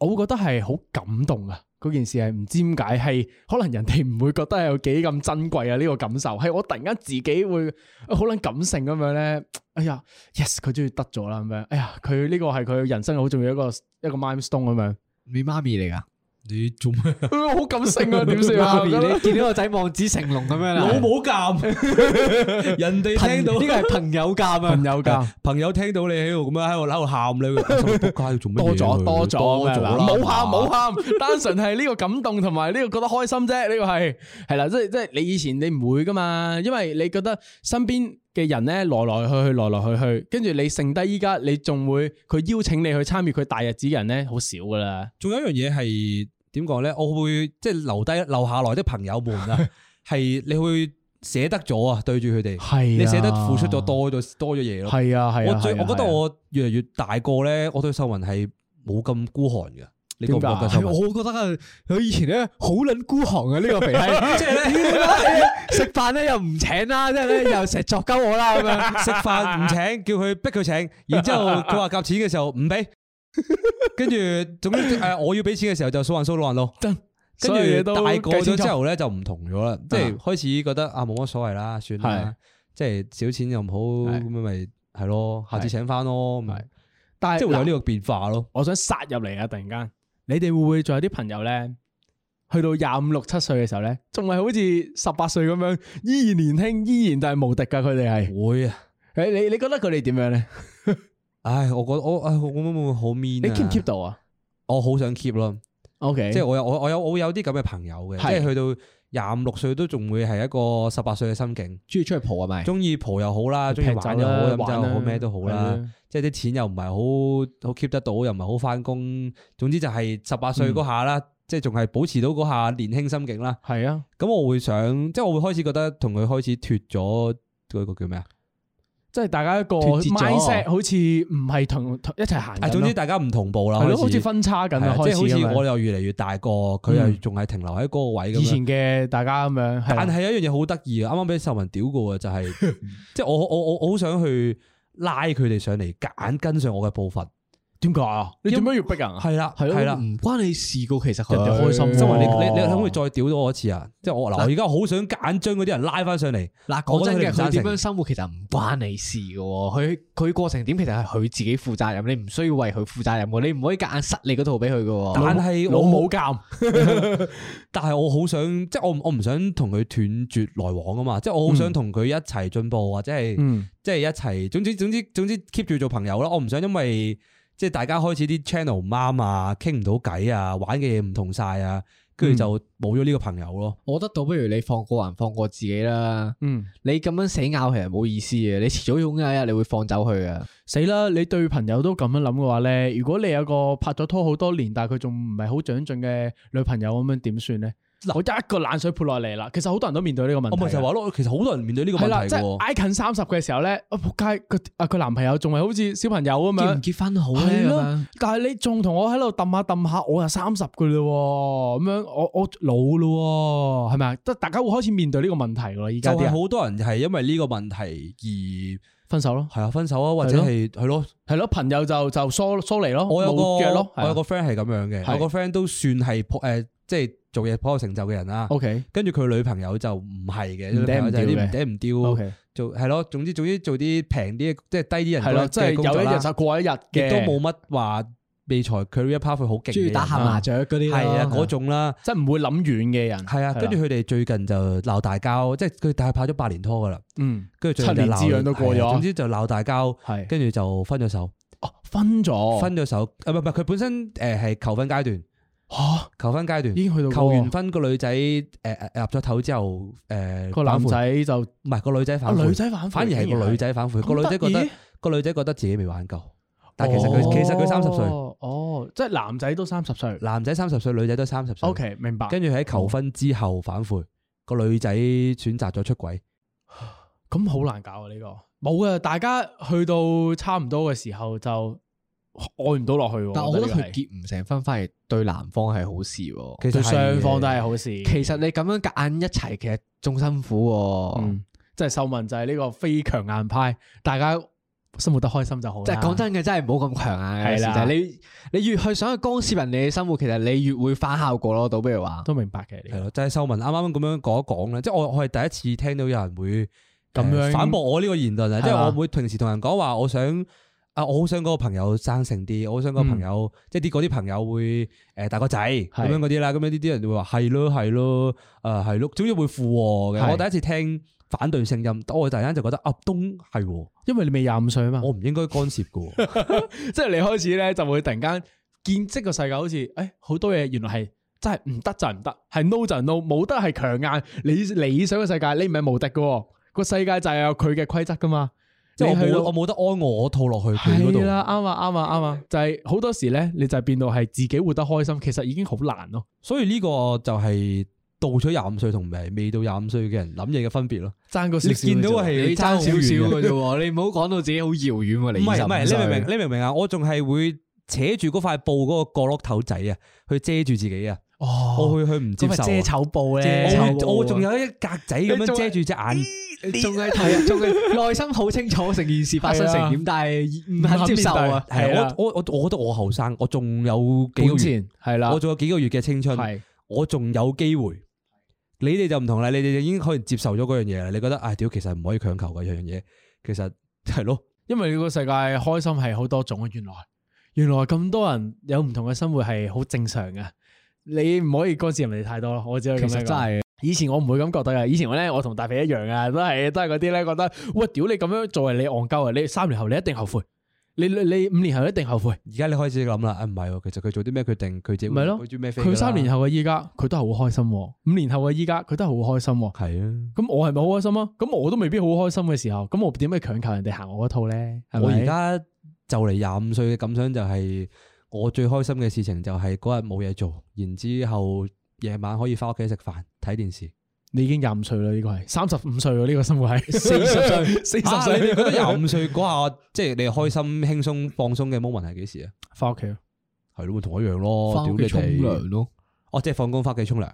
C: 我會覺得係好感動啊！嗰件事係唔知點解，係可能人哋唔會覺得係有幾咁珍貴啊！呢、個感受係我突然間自己會啊好撚感性咁樣咧，哎呀，yes 佢終於得咗啦咁樣，哎呀佢呢個係佢人生好重要一個一個 milestone 咁樣，
B: 你媽咪嚟噶，
A: 你做咩？
C: 哎好感性啊！點算啊？
B: *laughs* 媽咪你見到個仔望子成龍咁樣啦，
A: 老母鑑，啊 *laughs* 人哋
B: 朋
A: 聽到
B: 呢個係朋友鑑啊，
C: 朋友鑑
A: 朋友聽到你喺度咁樣喺度喺度喊
C: *laughs*
A: 你，仆街做乜
C: 多
A: 嘢
C: 咗
A: 佢多
C: 多咗
A: 咗
C: 咁樣啦
A: 啦，
C: 冇喊冇喊， *laughs* 單純係呢個感動同埋呢個覺得開心啫，呢個係係啦，即係即係你以前你唔會噶嘛，因為你覺得身邊嘅人咧來來去去來來去去，跟住你剩低依家你仲會佢邀請你去參與佢大日子嘅人咧好少噶啦，
A: 仲有一樣嘢係點講咧？我會即係留低留下來的朋友們
C: *laughs*
A: 啊，係你會捨得咗啊，對住佢哋，
C: 係
A: 你捨得付出咗，多咗多咗嘢咯。
C: 係啊係
A: 我
C: 啊，
A: 最
C: 係啊
A: 我覺得
C: 係啊
A: 我越嚟越大個咧，我對秀文係冇咁孤寒嘅。你覺唔覺
C: 點解
A: 得
B: 係
A: 秀文？
B: 我覺得啊，佢以前咧好撚孤寒啊，呢個肥閪。
A: 即係咧。
B: 哎食飯咧又唔請啦，即係咧又成日作鳩我啦咁樣。
A: 食飯唔請，叫佢逼佢請，然之後佢話夾錢嘅時候唔
C: *laughs*
A: 俾，跟住總之誒我要俾錢嘅時候就數還數路還路，
C: 所有
A: 跟
C: 嘢
A: 住
C: 都
A: 大個
C: 計清
A: 咗
C: 楚
A: 之後咧就唔同咗啦，即係開始覺得啊冇乜所謂啦，算啦
C: 係，
A: 即係少錢又唔好
C: 係
A: 咁咪係咯，下次請翻咯，咁
C: 係但係
A: 即係會有
C: 嗱
A: 呢個變化咯。
C: 我想殺入嚟啊！突然間，你哋會唔會仲有啲朋友咧，去到廿五六七歲嘅時候咧，仲係好似十八歲咁樣，依然年輕，依然就係無敵噶。佢哋係，
A: 會啊，
C: 誒你你覺得佢哋點樣咧？
A: 唉，我覺得我唉我會唔會好 mean
C: 你 keep 唔 keep
A: 到？
C: 到啊
A: 我好想 keep 咯。
C: ？OK，
A: 即係我有我我有我有啲咁嘅朋友嘅，即
C: 係
A: 係去到廿五六歲都仲會係一個十八歲嘅心境。
B: 中意出去蒲係咪？
A: 中意蒲啊又好啦，中意
C: 啊
A: 玩又好，飲酒又好，咩都好啦。即係啲錢又唔係好好 keep 得到，又唔係好翻工。總之就係十
C: 嗯
A: 八歲嗰下啦，即係仲係保持到嗰下年輕心境啦。
C: 係啊，
A: 咁我會想，即係我會開始覺得同佢開始脱咗嗰個叫咩啊？
C: 即係大家一個
B: 脫節咗
C: mindset 好似唔係同同一齊行緊咯。
A: 啊，總之大家唔同步啦，
C: 係
A: 開
C: 咯，
A: 始
C: 好似分叉緊
A: 係
C: 啊，
A: 啊即係好
C: 開始咁
A: 似
C: 樣
A: 我又越嚟越大個，佢又
C: 嗯
A: 仲係停留喺嗰個位咁
C: 以
A: 樣。
C: 前嘅大家咁樣，係啊
A: 但係有一樣嘢好得意啊！啱啱俾秀文屌過啊，就係
C: *laughs*
A: 即係我我我我好想去拉佢哋上嚟，夾硬跟上我嘅步伐。
C: 點解啊？你做咩要逼人啊？
A: 係啦，
B: 係咯，
A: 係啦。
B: 唔關你事噶，其實佢
C: 人哋開心
A: 周
C: 啫嘛
A: 文，你你你可唔可以再屌多我一次啊？即係哦我嗱，我而家好想揀將嗰啲人拉翻上嚟。
B: 嗱，
A: 我
B: 講
A: 覺
B: 真
A: 得
B: 嘅，
A: 你唔
B: 佢
A: 贊
B: 點
A: 成
B: 樣生活其實唔關你事嘅喎，佢佢過程點其實係佢自己負責任，你唔需要為佢負責任喎，你唔可以夾硬塞你嗰套俾佢嘅
A: 但
B: 喎。
A: 係
C: 老
A: 我
C: 母監，
A: *laughs* 但係我好想，即係我唔我唔想同佢斷絕來往啊嘛。即係我好想同佢一齊進步，或者係。
C: 嗯，
A: 即係一齊，總之總之總之 keep 住做朋友啦。我唔想因為即係大家開始啲 channel 唔啱啊，傾唔到偈啊，玩嘅嘢唔同晒啊，跟住就冇咗呢個朋友咯。
B: 我覺得倒不如你放過人，放過自己啦。
C: 嗯，
B: 你咁樣死拗其實冇意思嘅，你遲早擁有一日你會放走佢啊嘅。
C: 死啦！你對朋友都咁樣諗嘅話咧，如果你有個拍咗拖好多年，但係佢仲唔係好長進嘅女朋友咁樣，點算咧？我一個冷水潑落嚟啦，其實好多人都面對呢個問題
A: 我
C: 㗎。
A: 咪就係話咯，其實好多人面對呢個問
C: 係啦，
A: 題
C: 即
A: 嘅
C: 係
A: 喎。
C: 挨近三十嘅時候咧，啊仆街，佢啊佢男朋友仲係好似小朋友
B: 結唔
C: 咁
A: 嗯
C: 樣。
B: 結婚好咧？
C: 係
B: 咁
C: 咯
B: 樣，
C: 但係你仲同我喺度揼下揼下，我又三十噶啦喎，咁樣我我老咯喎，係咪啊？即係大家會開始面對呢個問題噶啦，而
A: 就
C: 家啲
A: 係
C: 人
A: 好多人係因為呢個問題
C: 分手咯，
A: 而係啊分手啊，或者係係咯。
C: 係咯，朋友就就疏疏離咯，
A: 我有個
C: 哦冇約咯，啊
A: 我有個 friend 係咁樣嘅，
C: 係
A: 我個 friend 都算係誒，即係做嘢頗有成就嘅人啦。
C: O K
A: 跟住佢女朋友就唔係嘅，
C: 哦唔
A: 女朋友就係啲唔
C: 嗲
A: 嗲唔丟
C: O K，
A: 做係咯，總之總之做啲平啲，即係低啲人
C: 係咯，
A: 工
C: 即
A: 嘅
C: 係
A: 工作
C: 有一
A: 啦
C: 日就過一日嘅，啊
A: 亦都冇乜話未才 career path 佢好勁嘅
B: 中意
A: 人啦，啊
B: 打下麻雀嗰啲
A: 係啊嗰種啦，
C: 即係唔會諗遠嘅人，
A: 係啊，跟住
C: 佢
A: 佢哋最近就鬧大交，即係佢但係拍咗八年拖噶啦，
C: 嗯
A: 跟住最近就鬧
C: 七年之癢都過咗
A: 係啊總之就鬧大交，
C: 係
A: 跟住就分咗手，
C: 哦分咗
A: 分咗手，啊唔係唔係佢本身誒係求婚階段，
C: 吓
A: 求婚階段
C: 已。經去到嗰個
A: 求完婚個女仔誒誒入咗頭之後誒
C: 個男
A: 反悔
C: 仔就
A: 唔係個女仔
C: 啊
A: 反悔
C: 女，仔反哎
A: 反而係個女仔反悔，個女仔覺得個女仔覺得自己未玩夠，但其實佢其實佢三十歲，
C: 哦，即係男仔都三十歲。
A: 男仔三十歲，女仔都三十歲
C: O。K，明白。
A: 跟住喺求婚之後反悔，個女仔選擇咗出軌，
C: 咁好難搞啊！呢個冇啊，大家去到差唔多嘅時候就愛唔到落去喎。
B: 但我覺得
C: 呢個係
B: 佢結唔成婚反而對男方係好事喎。
A: 其實係
C: 對雙方都係好事。
B: 其實你咁樣夾硬一齊，其實仲辛苦喎。
A: 哦
C: 嗯，即係秀文就係呢個非強硬派，大家生活得開心就好啦。
B: 即係講真嘅，真係唔好咁強硬啊嘅。
C: 係
B: 其
C: 啦
B: 實你你越去想去干涉人哋嘅生活，其實你越會反效果咯。倒不如話，
C: 都明白嘅。呢個
A: 係咯，就係秀文啱啱咁樣講一講啦，即係我我係第一次聽到有人會
C: 咁樣
A: 呃反駁我呢個言論啊，
C: 係嘛
A: 即係我會平時同人講話，我想啊，我好想嗰個朋友生性啲，我好想
C: 嗯
A: 嗰個朋友即係啲嗰啲朋友會誒大個仔咁樣嗰啲啦，咁樣呢啲人就會話係咯係咯，誒係咯，總之會附和嘅。
C: 係
A: 我第一次聽反對聲音，我突然間就覺得啊，東係喎，
C: 因為你未廿五歲啊嘛，
A: 我唔應該干涉嘅
C: *laughs*
A: 喎。
C: 即係你開始咧就會突然間見識個世界，好似誒好多嘢原來係真係唔得就係唔得，係 no 就係 no，冇得係強硬。你理想嘅世界，你唔係無敵嘅喎，個世界就係有佢嘅規則噶嘛。
A: 即係我
C: 你去到
A: 冇我冇得安我套落去佢嗰度
C: 係。啦，啱啊，啱啊，啱啊，就係好多時咧，你就係變到係自己活得開心，其實已經好難咯，
A: 所以呢個就係到咗廿五歲同未未到廿五歲嘅人諗嘢嘅分別咯。
C: 爭個少
A: 你
C: 少嘅啫。
A: 見到係
B: 你爭少少
A: 嘅
B: 嘅啫喎，你唔好講到自己好遙遠喎。
A: 唔
B: 你
A: 係唔係，你明唔
B: 25
A: 明？
B: 歲？
A: 你明唔明啊？我仲係會扯住嗰塊布嗰個角落頭仔啊，去遮住自己啊。我
C: 哦，
A: 會去唔接
C: 咁咪
A: 受啊。
C: 遮醜布咧，
A: 我
B: 啊
C: 醜
A: 會
C: 布
A: 我仲有一格仔咁樣
C: 你仲係
A: 遮住隻眼。
B: 仲係
C: *laughs*
B: 睇，啊仲係內心好清楚成件事發生成
C: 啊
B: 點，但係唔肯接受啊。
A: 係
C: 係啦
A: 啊我我我我覺得我後生，我仲有幾個月，
C: 本錢係啦，
A: 我仲有幾個月嘅青春，
C: 係啊
A: 我仲有機會。你哋就唔同啦，你哋就已經可以接受咗嗰樣嘢啦。你覺得唉，屌，其實唔可以強求嘅樣嘢，其實係咯。
C: 因為呢個世界開心係好多種啊，原來原來咁多人有唔同嘅生活係好正常嘅，你唔可以干涉人哋太多咯，我只可以
B: 其
C: 咁樣
B: 實真
C: 講
B: 係
C: 以前我唔會咁覺得嘅，以前我咧我同大肥一樣啊，都係都係嗰啲咧覺得，喂屌你咁樣做係你戇鳩啊，你三年後你一定後悔，你你你五年後一定後悔，
A: 而家你開始諗啦，啊唔係喎，其實佢做啲咩決定，佢自己
C: 咪咯
A: 佢做咩飛㗎啦
C: 佢三年後嘅依家佢都係好開心喎，五年後嘅依家佢都係好開心喎，
A: 係啊，
C: 咁我係咪好開心啊？咁我都未必好開心嘅時候，咁我點解強求人哋行我嗰套咧？係咪
A: 我而家就嚟廿五歲嘅感想就係、我最開心嘅事情就係嗰日冇嘢做，然之後夜晚可以翻屋企食飯睇電視。
C: 你已經廿五歲啦，呢個係三十五歲喎，呢個生活係
B: 40
C: *laughs* 四
A: 啊
C: 十
A: 你哋
C: 歲
A: 覺得
C: *laughs*
A: 廿五歲嗰下即係你開心、輕鬆、放鬆嘅 moment 係幾時啊？
C: 翻屋企咯。
A: 係咯，同我一樣咯，
B: 翻
A: 屌
B: 屋
A: 你
B: 企
A: 哋
B: 沖涼，咯。
A: 哦，即係放工翻屋企沖涼，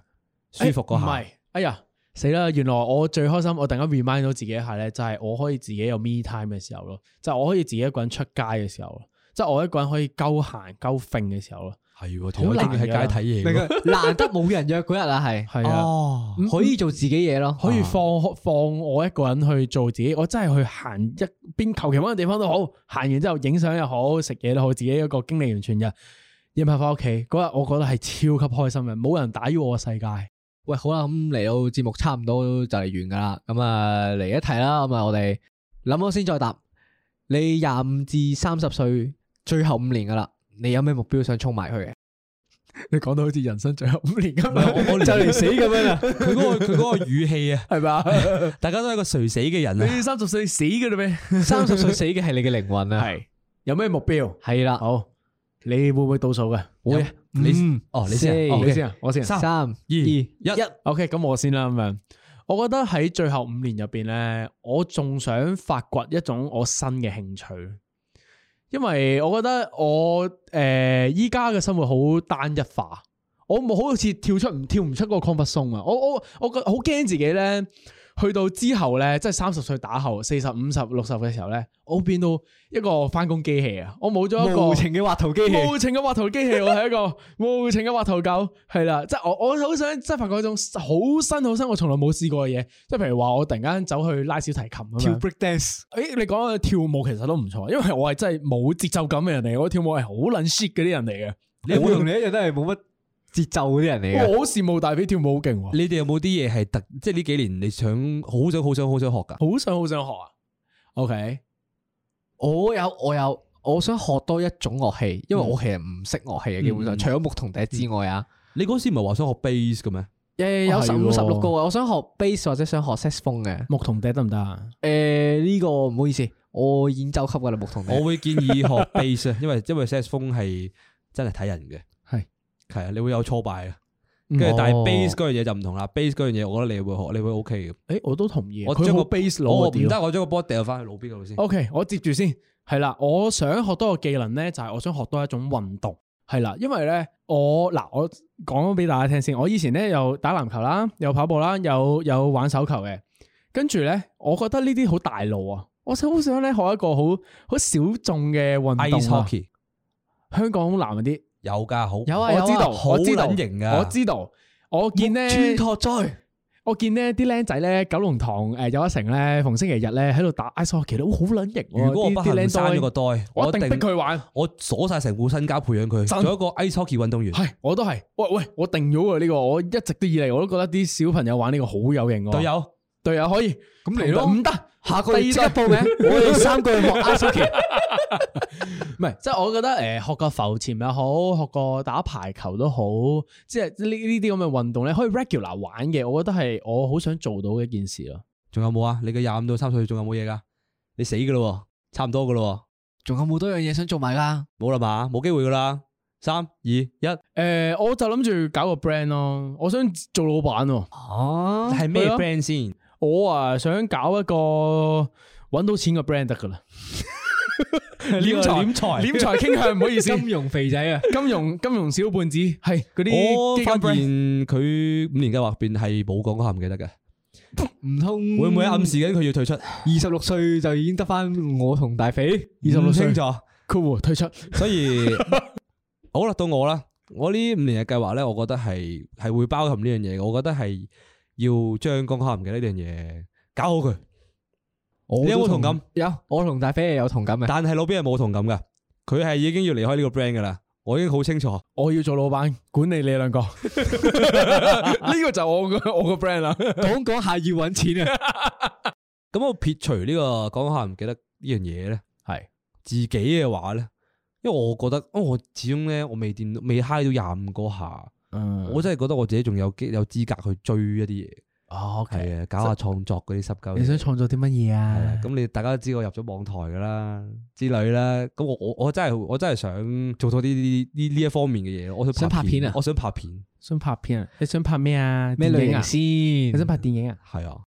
A: 舒服嗰
C: 唔
A: 下。
C: 係，哎呀死啦！原來我最開心，我突然間 remind 到自己一下咧，就係我可以自己有 me time 嘅時候咯，就係我可以自己一個人出街嘅時候咯。即係我一個人可以鳩行鳩揈嘅時候咯。
A: 系喎，同我中意喺街睇嘢喎。
B: 難得冇人約嗰日啊，係
C: 係啊，
A: 哦，
C: 嗯
B: 可以做自己嘢咯，哦
C: 可以放
A: 啊
C: 放我一個人去做自己，我真係去行一邊求其揾個地方都好，行完之後影相又好，食嘢都好，自己一個經歷完全日，夜晚翻屋企嗰日，我覺得係超級開心嘅，冇人打擾我嘅
A: *laughs*
C: 世界。
B: 喂，好啦，咁啊嚟到節目差唔多就嚟完噶啦，咁啊嚟一題啦，咁啊我哋諗咗先再答。你廿五至三十歲最後五年噶啦，你有咩目標想衝埋去嘅？
C: *laughs* 你講到好似人生最後五年咁
A: 我我連
C: 樣，就嚟死咁樣啦，
A: 佢嗰個佢嗰個語氣啊，
C: 係嘛？
A: 大家都係一個垂死嘅人啊。
C: 你三十歲死嘅啦咩？
B: 三十歲死嘅係你嘅靈魂啊，
C: 係有咩目標？
B: 係啦，
C: 好，你會唔會倒數嘅？
B: 會啊
A: 你哦，你先啊，哦
C: 你
A: 你先
C: 先啊，我先啊。
A: 三
B: 三二
A: 一
B: 一，
C: OK，咁我先啦咁樣。我覺得喺最後五年入邊咧，我仲想發掘一種我新嘅興趣，因為我覺得我誒依家嘅生活好單一化，我冇好似跳出唔跳唔出嗰個 comfort zone 啊！我我我覺好驚自己咧，去到之後咧，即係三十歲打後，四十五十六十嘅時候咧，我變到一個翻工機器啊！我冇咗一個
B: 無情嘅畫圖機器，
C: 無情嘅畫圖機器，我係一 *laughs* 個無情嘅畫圖狗，係啦，即係我我好想即係發覺一種好新好新，我從來冇試過嘅嘢，即係譬如話我突然間走去拉小提琴咁樣。
B: break dance，
C: 誒，你講嘅跳舞其實都唔錯，因為我係真係冇節奏感嘅人嚟，我跳舞係好撚 shit 嗰啲人嚟嘅。
B: 你我同你一樣都係冇乜節奏嗰啲人嚟
C: 我
B: 嘅。
C: 好羨慕大飛跳舞好勁喎，
A: 你哋有冇啲嘢係特，即係呢幾年你想好想好想好想學㗎？
C: 好想好想學啊。OK，
B: 我有我有，我想學多一種樂器，因為我其實唔識樂器嘅，基本上
C: 嗯
B: 除咗木同笛之外啊。
A: 你嗰時唔係話想學 bass 嘅咩？
B: 诶，
C: 哦
B: 有
C: 係
B: 十五十六
C: 喎
B: 個啊！我想學 bass 或者想學 saxophone 嘅。
C: 牧童笛得唔得啊？
B: 诶，呢個唔好意思，我演奏級噶啦，牧童
A: 我
B: 笛。
A: 會建議學 bass
C: *laughs*
A: 啊，因為因為 saxophone 係真係睇人嘅，
C: 係嗯哦
A: 係啊，你會有挫敗啊。跟住但係 bass 嗰樣嘢就唔同啦，bass 嗰樣嘢我覺得你會學，你會 OK 嘅。
C: 誒，我都同意啊。
A: 我
C: 佢
A: 將
C: 好
A: 個
C: base
A: 我
C: 攞
A: 唔得，我將個 ball 掉翻去路邊嗰度先。
C: OK，我接住先。係啦，我想學多個技能咧，就係、我想學多一種運動。係啦，因為咧，我嗱我講咗俾大家聽先，我以前咧又打籃球啦，又跑步啦，有有玩手球嘅。跟住咧，我覺得呢啲好大路啊！我好想咧學一個好好小眾嘅運
A: Ice
C: 動啊。
A: hockey
C: 香港好難嗰啲，
A: 有㗎，好
B: 有啊
C: 我知道，
A: 好
C: 我知道，
A: 撚型啊㗎
C: 我知道，我見咧。
B: 托哉，
C: 我見呢啲僆仔咧，九龍塘誒有一城咧，逢星期日咧喺度打 ice hockey 咧，哇好撚型喎！
A: 如果我
C: 啲
A: 不
C: 啲
A: 幸
C: 僆
A: 生咗
C: 仔
A: 個袋，
C: 我一定
A: 定
C: 逼佢玩。
A: 我鎖晒成副身家培養佢，
C: 真
A: 做一個 ice hockey 運動員。
C: 系，我都係。喂喂，我定咗喎呢個，我一直都以嚟我都覺得啲小朋友玩呢個好有型喎。
A: 隊友，
C: 隊友可以，啊咁嚟咯，唔得，
B: 下個月即刻
C: 第
B: 報名，我哋三個去學 ice hockey。
C: 唔 *laughs* 係，即係我覺得诶、誒學個浮潛又好，學個打排球都好，即係呢呢啲咁嘅運動咧，可以 regular 玩嘅，我覺得係我好想做到嘅一件事咯。
A: 仲有冇啊？你嘅廿五到三十歲仲有冇嘢㗎？你死㗎咯喎，差唔多㗎咯
B: 仲有冇多樣嘢想做埋噶？
A: 喎，冇啦嘛，冇機會㗎啦。三二一，
C: 诶、我就諗住搞個 brand 咯，我想做老闆喎。
B: 哦
A: 係咩
C: 係啊
A: brand 先？
C: 我啊想搞一個揾到錢嘅 brand 得噶啦。
A: 個
C: 敛
A: 斂財
C: 敛 *laughs* 財傾向，唔好意思。
B: 金融肥仔啊！
C: 金融金融小半子係嗰啲
A: 我
C: 基
A: 發
C: 金 brand 嗯
A: 現佢五年計劃入邊係冇講過唔記得嘅，
B: 唔通
A: 會唔會暗示緊佢要退出？
B: 二十六歲就已經得翻我同大肥？
C: 二十六歲
A: 唔清楚。
C: cool 退出，
A: 所
C: *laughs*
A: 以好啦，到我啦。我呢五年嘅計劃咧，我覺得係係會包含呢樣嘢嘅。我覺得係要將江口唔記得呢樣嘢搞好佢，
B: 我
A: 你有冇
B: 都
A: 同感？
B: 有，我同大肥係有同感嘅。
A: 但係老邊係冇同感噶，佢係已經要離開呢個 brand 噶啦。我已經好清楚，
C: 我要做老闆，管理你兩
B: *laughs*
C: 個。呢個就我個我個 brand 啦。
B: 講講下要揾錢 *laughs* 啊！
A: 咁我撇除呢個江口唔記得呢樣嘢咧，
C: 係
A: 自己嘅話咧，因為我覺得，因為我始終咧，我未掂到未 high 到廿五嗰下，
C: 嗯
A: 我真係覺得我自己仲有機有資格去追一啲嘢，
C: 哦，OK，
A: 係啊，搞下創作嗰啲濕鳩嘢。
C: 你想創造啲乜嘢
A: 係啦
C: 啊？
A: 咁你大家都知我入咗網台噶啦，之類啦。咁我我我真係我真係想做到呢呢呢呢一方面嘅嘢咯。我
B: 想
A: 想
B: 拍片啊
A: 我想拍片，
C: *laughs* 想拍片啊？你想拍咩啊？
B: 咩
C: 電
B: 類
C: 影啊
B: 型？先？
C: 你想拍電影啊
A: 係啊。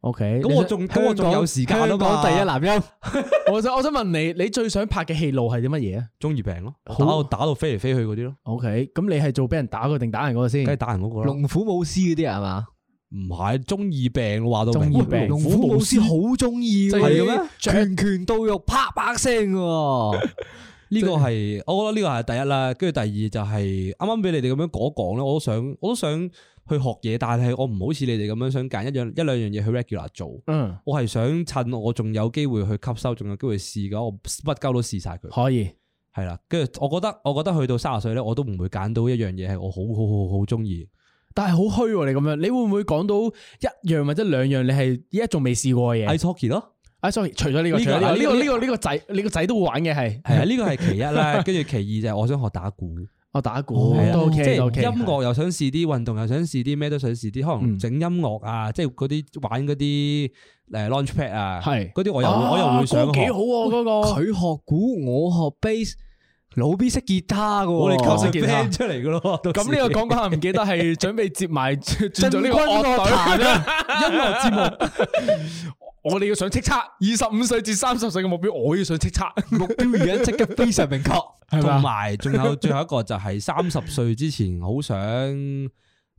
C: ？OK，
A: 咁我仲咁我仲有時間啊
B: 香港
A: 嘛。
B: 第一男優。
C: *laughs* 我想我想問你，你最想拍嘅戲路係啲乜嘢啊
A: 中二病咯，打
C: 好
A: 到打到飛嚟飛去嗰啲咯，
C: ？OK，咁你係做俾人打過定打人嗰個先
A: 梗係？打人嗰個啦。
B: 龍虎武師嗰啲係嘛？
A: 唔係中意病話到明，
C: 中二病
B: 龍虎武師好中意喎，
A: 係嘅咩
B: 拳拳到肉，啪啪聲喎。
A: 呢個係我覺得呢個係第一啦，跟住第二就係啱啱俾你哋咁樣講一講咧，我都想我都想去學嘢，但係我唔好似你哋咁樣想揀一樣一兩樣嘢去 regular 做，
C: 嗯，
A: 我係想趁我仲有機會去吸收，仲有機會試嘅，我乜鳩都試晒佢，
C: 可以，
A: 係啦。跟住我覺得我覺得去到三十歲咧，我都唔會揀到一樣嘢係我好好好好中意。
C: 但係好虛喎，你咁樣，你會唔會講到一樣或者兩樣你係依家仲未試過嘅嘢？
A: I talkie 咯，
C: 啊，sorry，除哎咗呢個，
A: 呢
C: 除
A: 個
C: 咗呢個，呢
A: 呢個
C: 個呢個呢個仔，你個仔都會玩嘅係，
A: 係啊，呢個係其一啦。跟住其二就係我想學打鼓。
C: 我打鼓
A: 係啦
C: 哦
A: 啊
C: 都
A: 即
C: OK，
A: 係
C: 都 OK，
A: 音樂又想試啲，運動又想試啲，咩都想試啲。可能
C: 嗯
A: 整音樂啊，即係嗰啲玩嗰啲誒 launchpad 啊，
C: 係
A: 嗰啲我又
C: 啊
A: 我又會
C: 嗰
A: 想
C: 個幾
A: 學
C: 好。喎嗰個，
B: 佢學鼓，我學 bass，老 B 識吉他噶。
A: 我哋
C: 靠
A: 搞
C: 識
A: 識
C: 吉他
A: band 出嚟噶
C: *laughs*
A: 咯。到時
C: 咁呢個講講下唔記得係準備接埋 *laughs* 轉做呢個啊樂
B: 樂
C: 隊
B: 壇
C: 啦，音樂節目。 *laughs* 我哋要上叱咤，二十五歲至三十歲嘅目標，我要上叱咤。
B: 目標而家即
A: *laughs*
B: 刻 *laughs* 非常明確，係
A: 同
B: 嘛？
A: 埋仲有最後一個就係三十歲之前，好想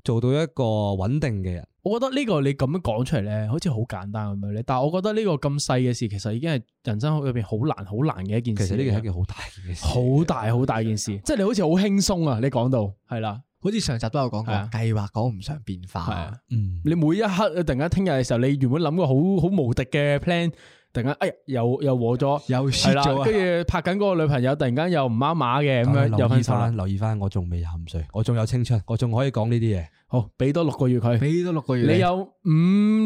A: 做到一個穩定嘅人。
C: 我覺得呢個你咁樣講出嚟咧，好似好簡單咁樣咧，但係我覺得呢個咁細嘅事，其實已經係人生入邊好難、好難嘅一件
A: 其
C: 事。
A: 實呢個係一件好大嘅事。
C: 好大好大件事，即係你好似好輕鬆啊！你講到係啦，
B: 好似上集都有講過
C: 係啊，
B: 計劃趕唔上變
C: 係
B: 化
C: 啊。
A: 嗯，
C: 你每一刻突然間聽日嘅時候，你原本諗個好好無敵嘅 plan，突然間哎呀又又和咗，
B: 又
C: 係
B: shit
C: 啦，
B: 咗啊
C: 跟！住拍緊嗰個女朋友，突然間又唔啱碼嘅咁
A: 但係
C: 樣，又
A: 留意
C: 分手啦
A: 翻，。留意翻，我仲未廿五歲，我仲有青春，我仲可以講呢啲嘢。
C: 好，俾多六個月佢，
B: 俾咗六個月，
C: 你有五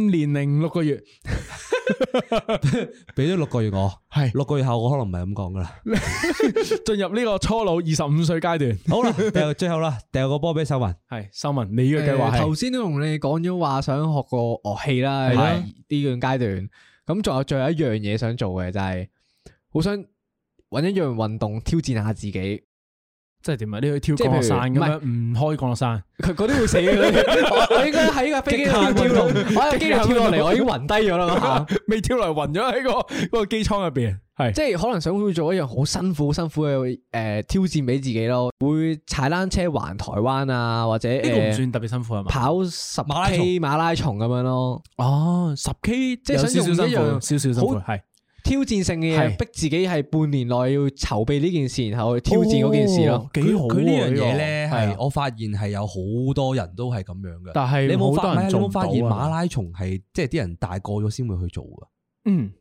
C: 年零六個月， *laughs*
A: 俾咗六個月我，
C: 係
A: 六個月後我可能唔係咁講噶
C: *laughs*
A: 啦。
C: 進入呢個初老二十五歲階段。
A: 好啦，掉最後啦，掉個波俾秀文。
C: 係，秀文，你嘅計劃
B: 誒頭
C: 係
B: 先都同你講咗話想學個樂器啦，
C: 係啊
B: 呢段階段。咁仲有最後一樣嘢想做嘅就係，好想揾一樣運動挑戰下自己。
C: 即係點啊？你去跳
B: 即係譬
C: 降
B: 如
C: 落傘咁樣，
B: 唔
C: 唔開降落傘。
B: 佢嗰啲會死
C: *laughs*
B: 嘅，嗰啲我我應該喺架飛機度跳落，我喺機度跳落嚟，我已經暈低咗啦嗰
C: *laughs*
B: 下。
C: 未跳嚟暈咗喺個個機艙入邊，係
B: 即係可能想會做一樣好辛苦、好辛苦嘅誒挑戰俾自己咯，會踩單車環台灣啊，或者
C: 呢個唔
B: 誒
C: 算特別辛苦係嘛？
B: 跑十
A: 馬拉松
B: K 馬拉松咁樣咯。
C: 哦，十 K 即
B: 係想用一樣
C: 少少辛苦，
B: 好
C: 係
B: 挑戰性嘅嘢，
C: 係
B: 逼自己係半年內要籌備呢件事，然後去挑戰嗰件事咯
C: 哦。幾好
A: 佢呢樣
C: 喎
A: 嘢咧，
C: 個
A: 係
C: 啊
A: 我發現係有好多人都係咁樣嘅。
C: 但係
A: 你有冇
C: 好多
A: 發
C: 人
A: 你有
C: 做
A: 冇
C: 唔
A: 發現
C: 到啊
A: 馬拉松係即係啲人大個咗先會去做噶？
C: 嗯，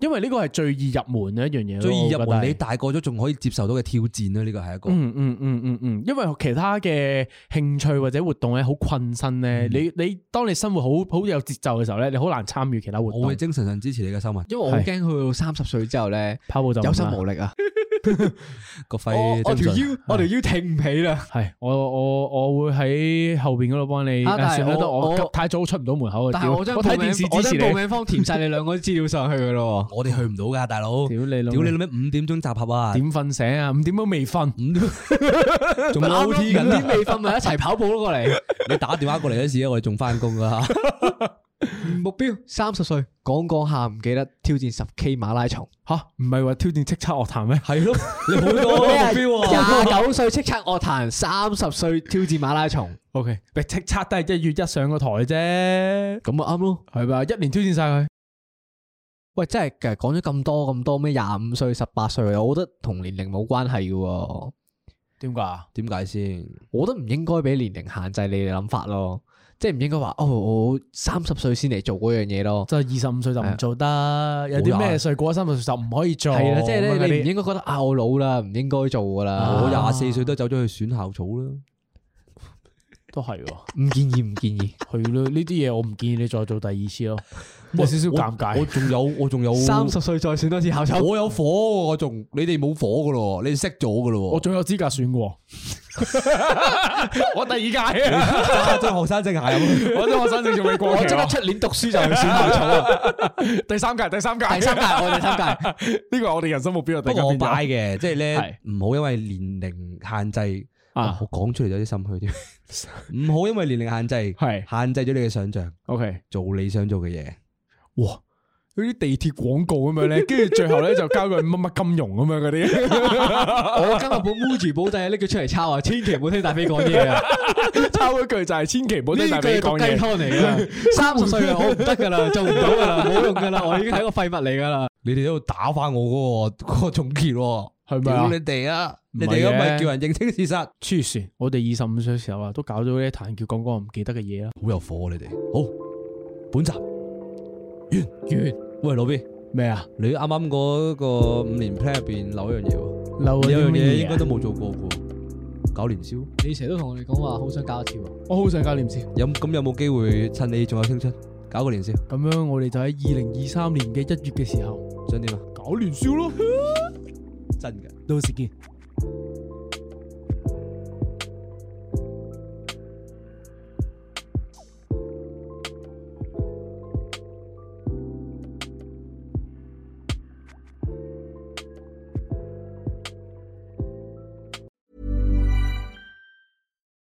C: 因為呢個係最易入門嘅一樣嘢咯，
A: 最易入
C: 我覺
A: 門，
C: 得
A: 你大個咗仲可以接受到嘅挑戰啦，呢個係一個。
C: 嗯嗯嗯嗯嗯，因為其他嘅興趣或者活動咧好困身咧，
B: 嗯
C: 你你當你生活好好有節奏嘅時候咧，你好難參與其他活
A: 我
C: 動
A: 會。精神上支持你嘅修文，
B: 因為我好驚去到三十歲之後咧，
C: 跑步就
B: 有
C: 唔哎
B: 心
C: 啦
B: 無力啊！
A: 個肺
B: 我我條
A: 精
B: 腰
A: 神
B: 我條腰挺唔起啦。
C: 係我我我會喺後邊嗰度幫你。
B: 啊但係
C: 算啦得
B: 我
C: 我急
B: 我
C: 太早出唔到門口啊！
B: 但
C: 屌
B: 係我將
C: 睇
B: 報名
C: 電視
B: 我將
C: 支持
B: 報
C: 你。
B: 名方填晒你兩個資料上去噶咯喎。
A: 我哋去唔到噶，大佬。屌
C: 屌你老
A: 你
C: 味
A: 老咩？五點鐘集合啊！
C: 點瞓醒啊？五點都未瞓。
A: 五點仲
B: 啊
A: O T 緊
B: 啱啱五
A: 啊添
B: 點未瞓咪一齊跑步咯過嚟。
A: 你打電話過嚟嗰時，我哋仲翻工啊
C: *laughs*
A: 噶。
B: 目標三十歲，講講下唔記得挑戰十 K 馬拉松。
C: 吓，唔係話挑戰叱咤樂壇咩？
A: 係咯，你好多啊目標喎。
B: 廿九歲叱咤樂壇，三十歲挑戰馬拉松，
C: O
B: *laughs*
C: K，咪叱咤都係一月一上個台啫，
B: 咁咪啊啱咯。
C: 係嘛？一年挑戰晒佢，
B: 喂，真係嘅，講咗咁多咁多咩廿五歲、十八歲，我覺得同年齡冇關係嘅喎。
C: 點解啊？
A: 點解先？
B: 我覺得唔應該俾年齡限制你哋諗法咯，即係唔應該話哦，我三十歲先嚟做嗰樣嘢咯。
C: 就二十五歲就唔做得，有啲咩歲過咗三十歲就唔可以做。
B: 係啦，即係
C: 哦咁樣嗰
B: 咧，你
C: 啲
B: 唔應該覺得啊，我老啦，唔應該做噶
C: 啊
A: 我
B: 啦，
A: 廿四歲都走咗去選校草啦。
C: 都係喎，
B: 唔建議，唔建議。
C: 係咯。呢啲嘢我唔建議你再做第二次咯， *laughs* 有少少尷
A: 我
C: 尬。
A: 仲有，我仲有
B: 三十歲再選多次校草，
A: 我有火喎，我仲你哋冇火噶咯，你哋熄咗噶咯。*laughs*
C: 我仲有資格選喎， *laughs* 我第二屆啊！
A: 真係學生證係咁，
C: *laughs* 我啲學生證仲未過期
B: 即刻
C: 喎，
B: 出年讀書就去
C: *laughs*
B: 選校草啊！
C: 第三屆，第三屆，
B: 第三屆，我第三屆，
C: *laughs* 呢個係我哋人生目標
A: *laughs*
C: 啊！
A: 不
C: 第
A: 過我
C: 一
A: 擺嘅，即係
C: 係
A: 咧唔好因為年齡限制
C: 啊
A: 啊，我講出嚟有啲心虛
C: *laughs*
A: 添。唔好因為年齡限制，
C: 係
A: 限制咗你嘅想象，
C: ，O K，
A: 做你想做嘅嘢。
C: 哇！嗰啲地鐵廣告咁樣咧，跟住最後咧就交佢乜乜金融咁樣嗰啲。
B: 我今日本 Muji 寶仔拎佢出嚟抄啊，千祈唔好聽大飛講嘢啊！
C: 抄嗰句就係千 *laughs* 祈唔好
B: 呢
C: 聽
B: 句
C: 大
B: 係
C: 飛
B: 毒
C: 講
B: 雞
C: 嘢。
B: 湯嚟噶，
C: *laughs*
B: 三十歲啊，我唔得噶啦，做唔到噶啦，冇用噶啦，我已經係一個廢物嚟噶啦。
A: 你哋喺度打翻我嗰個嗰個總結喎，
C: 係咪
A: 屌
C: 啊
A: 你哋啊！
C: 唔
A: 你
C: 係
A: 哋咁咪
C: 嘅
A: 叫人認清事實，好
C: 黐線！我哋二十五歲時候啊，都搞咗呢一壇叫講講唔記得嘅嘢啦。
A: 有火啊你哋。好，本集
B: 完。
A: 喂老 B，
C: 咩啊？
A: 你啱啱嗰個五年 plan 入邊漏一樣嘢喎，
C: 漏咗
A: 有
C: 啲
A: 樣嘢
C: 乜
A: 應該
C: 嘢
A: 都
C: 啊？
A: 冇做過嘅，搞年宵。
B: 你成日都同我哋講話，好想搞一次啊喎。
C: 我好想搞念先。
A: 有咁有冇機會趁你仲有青春搞個年宵？
C: 咁樣我哋就喺二零二三年嘅一月嘅時候
A: 想點啊？
C: 搞年宵咯，
A: 真嘅。
C: 到時見。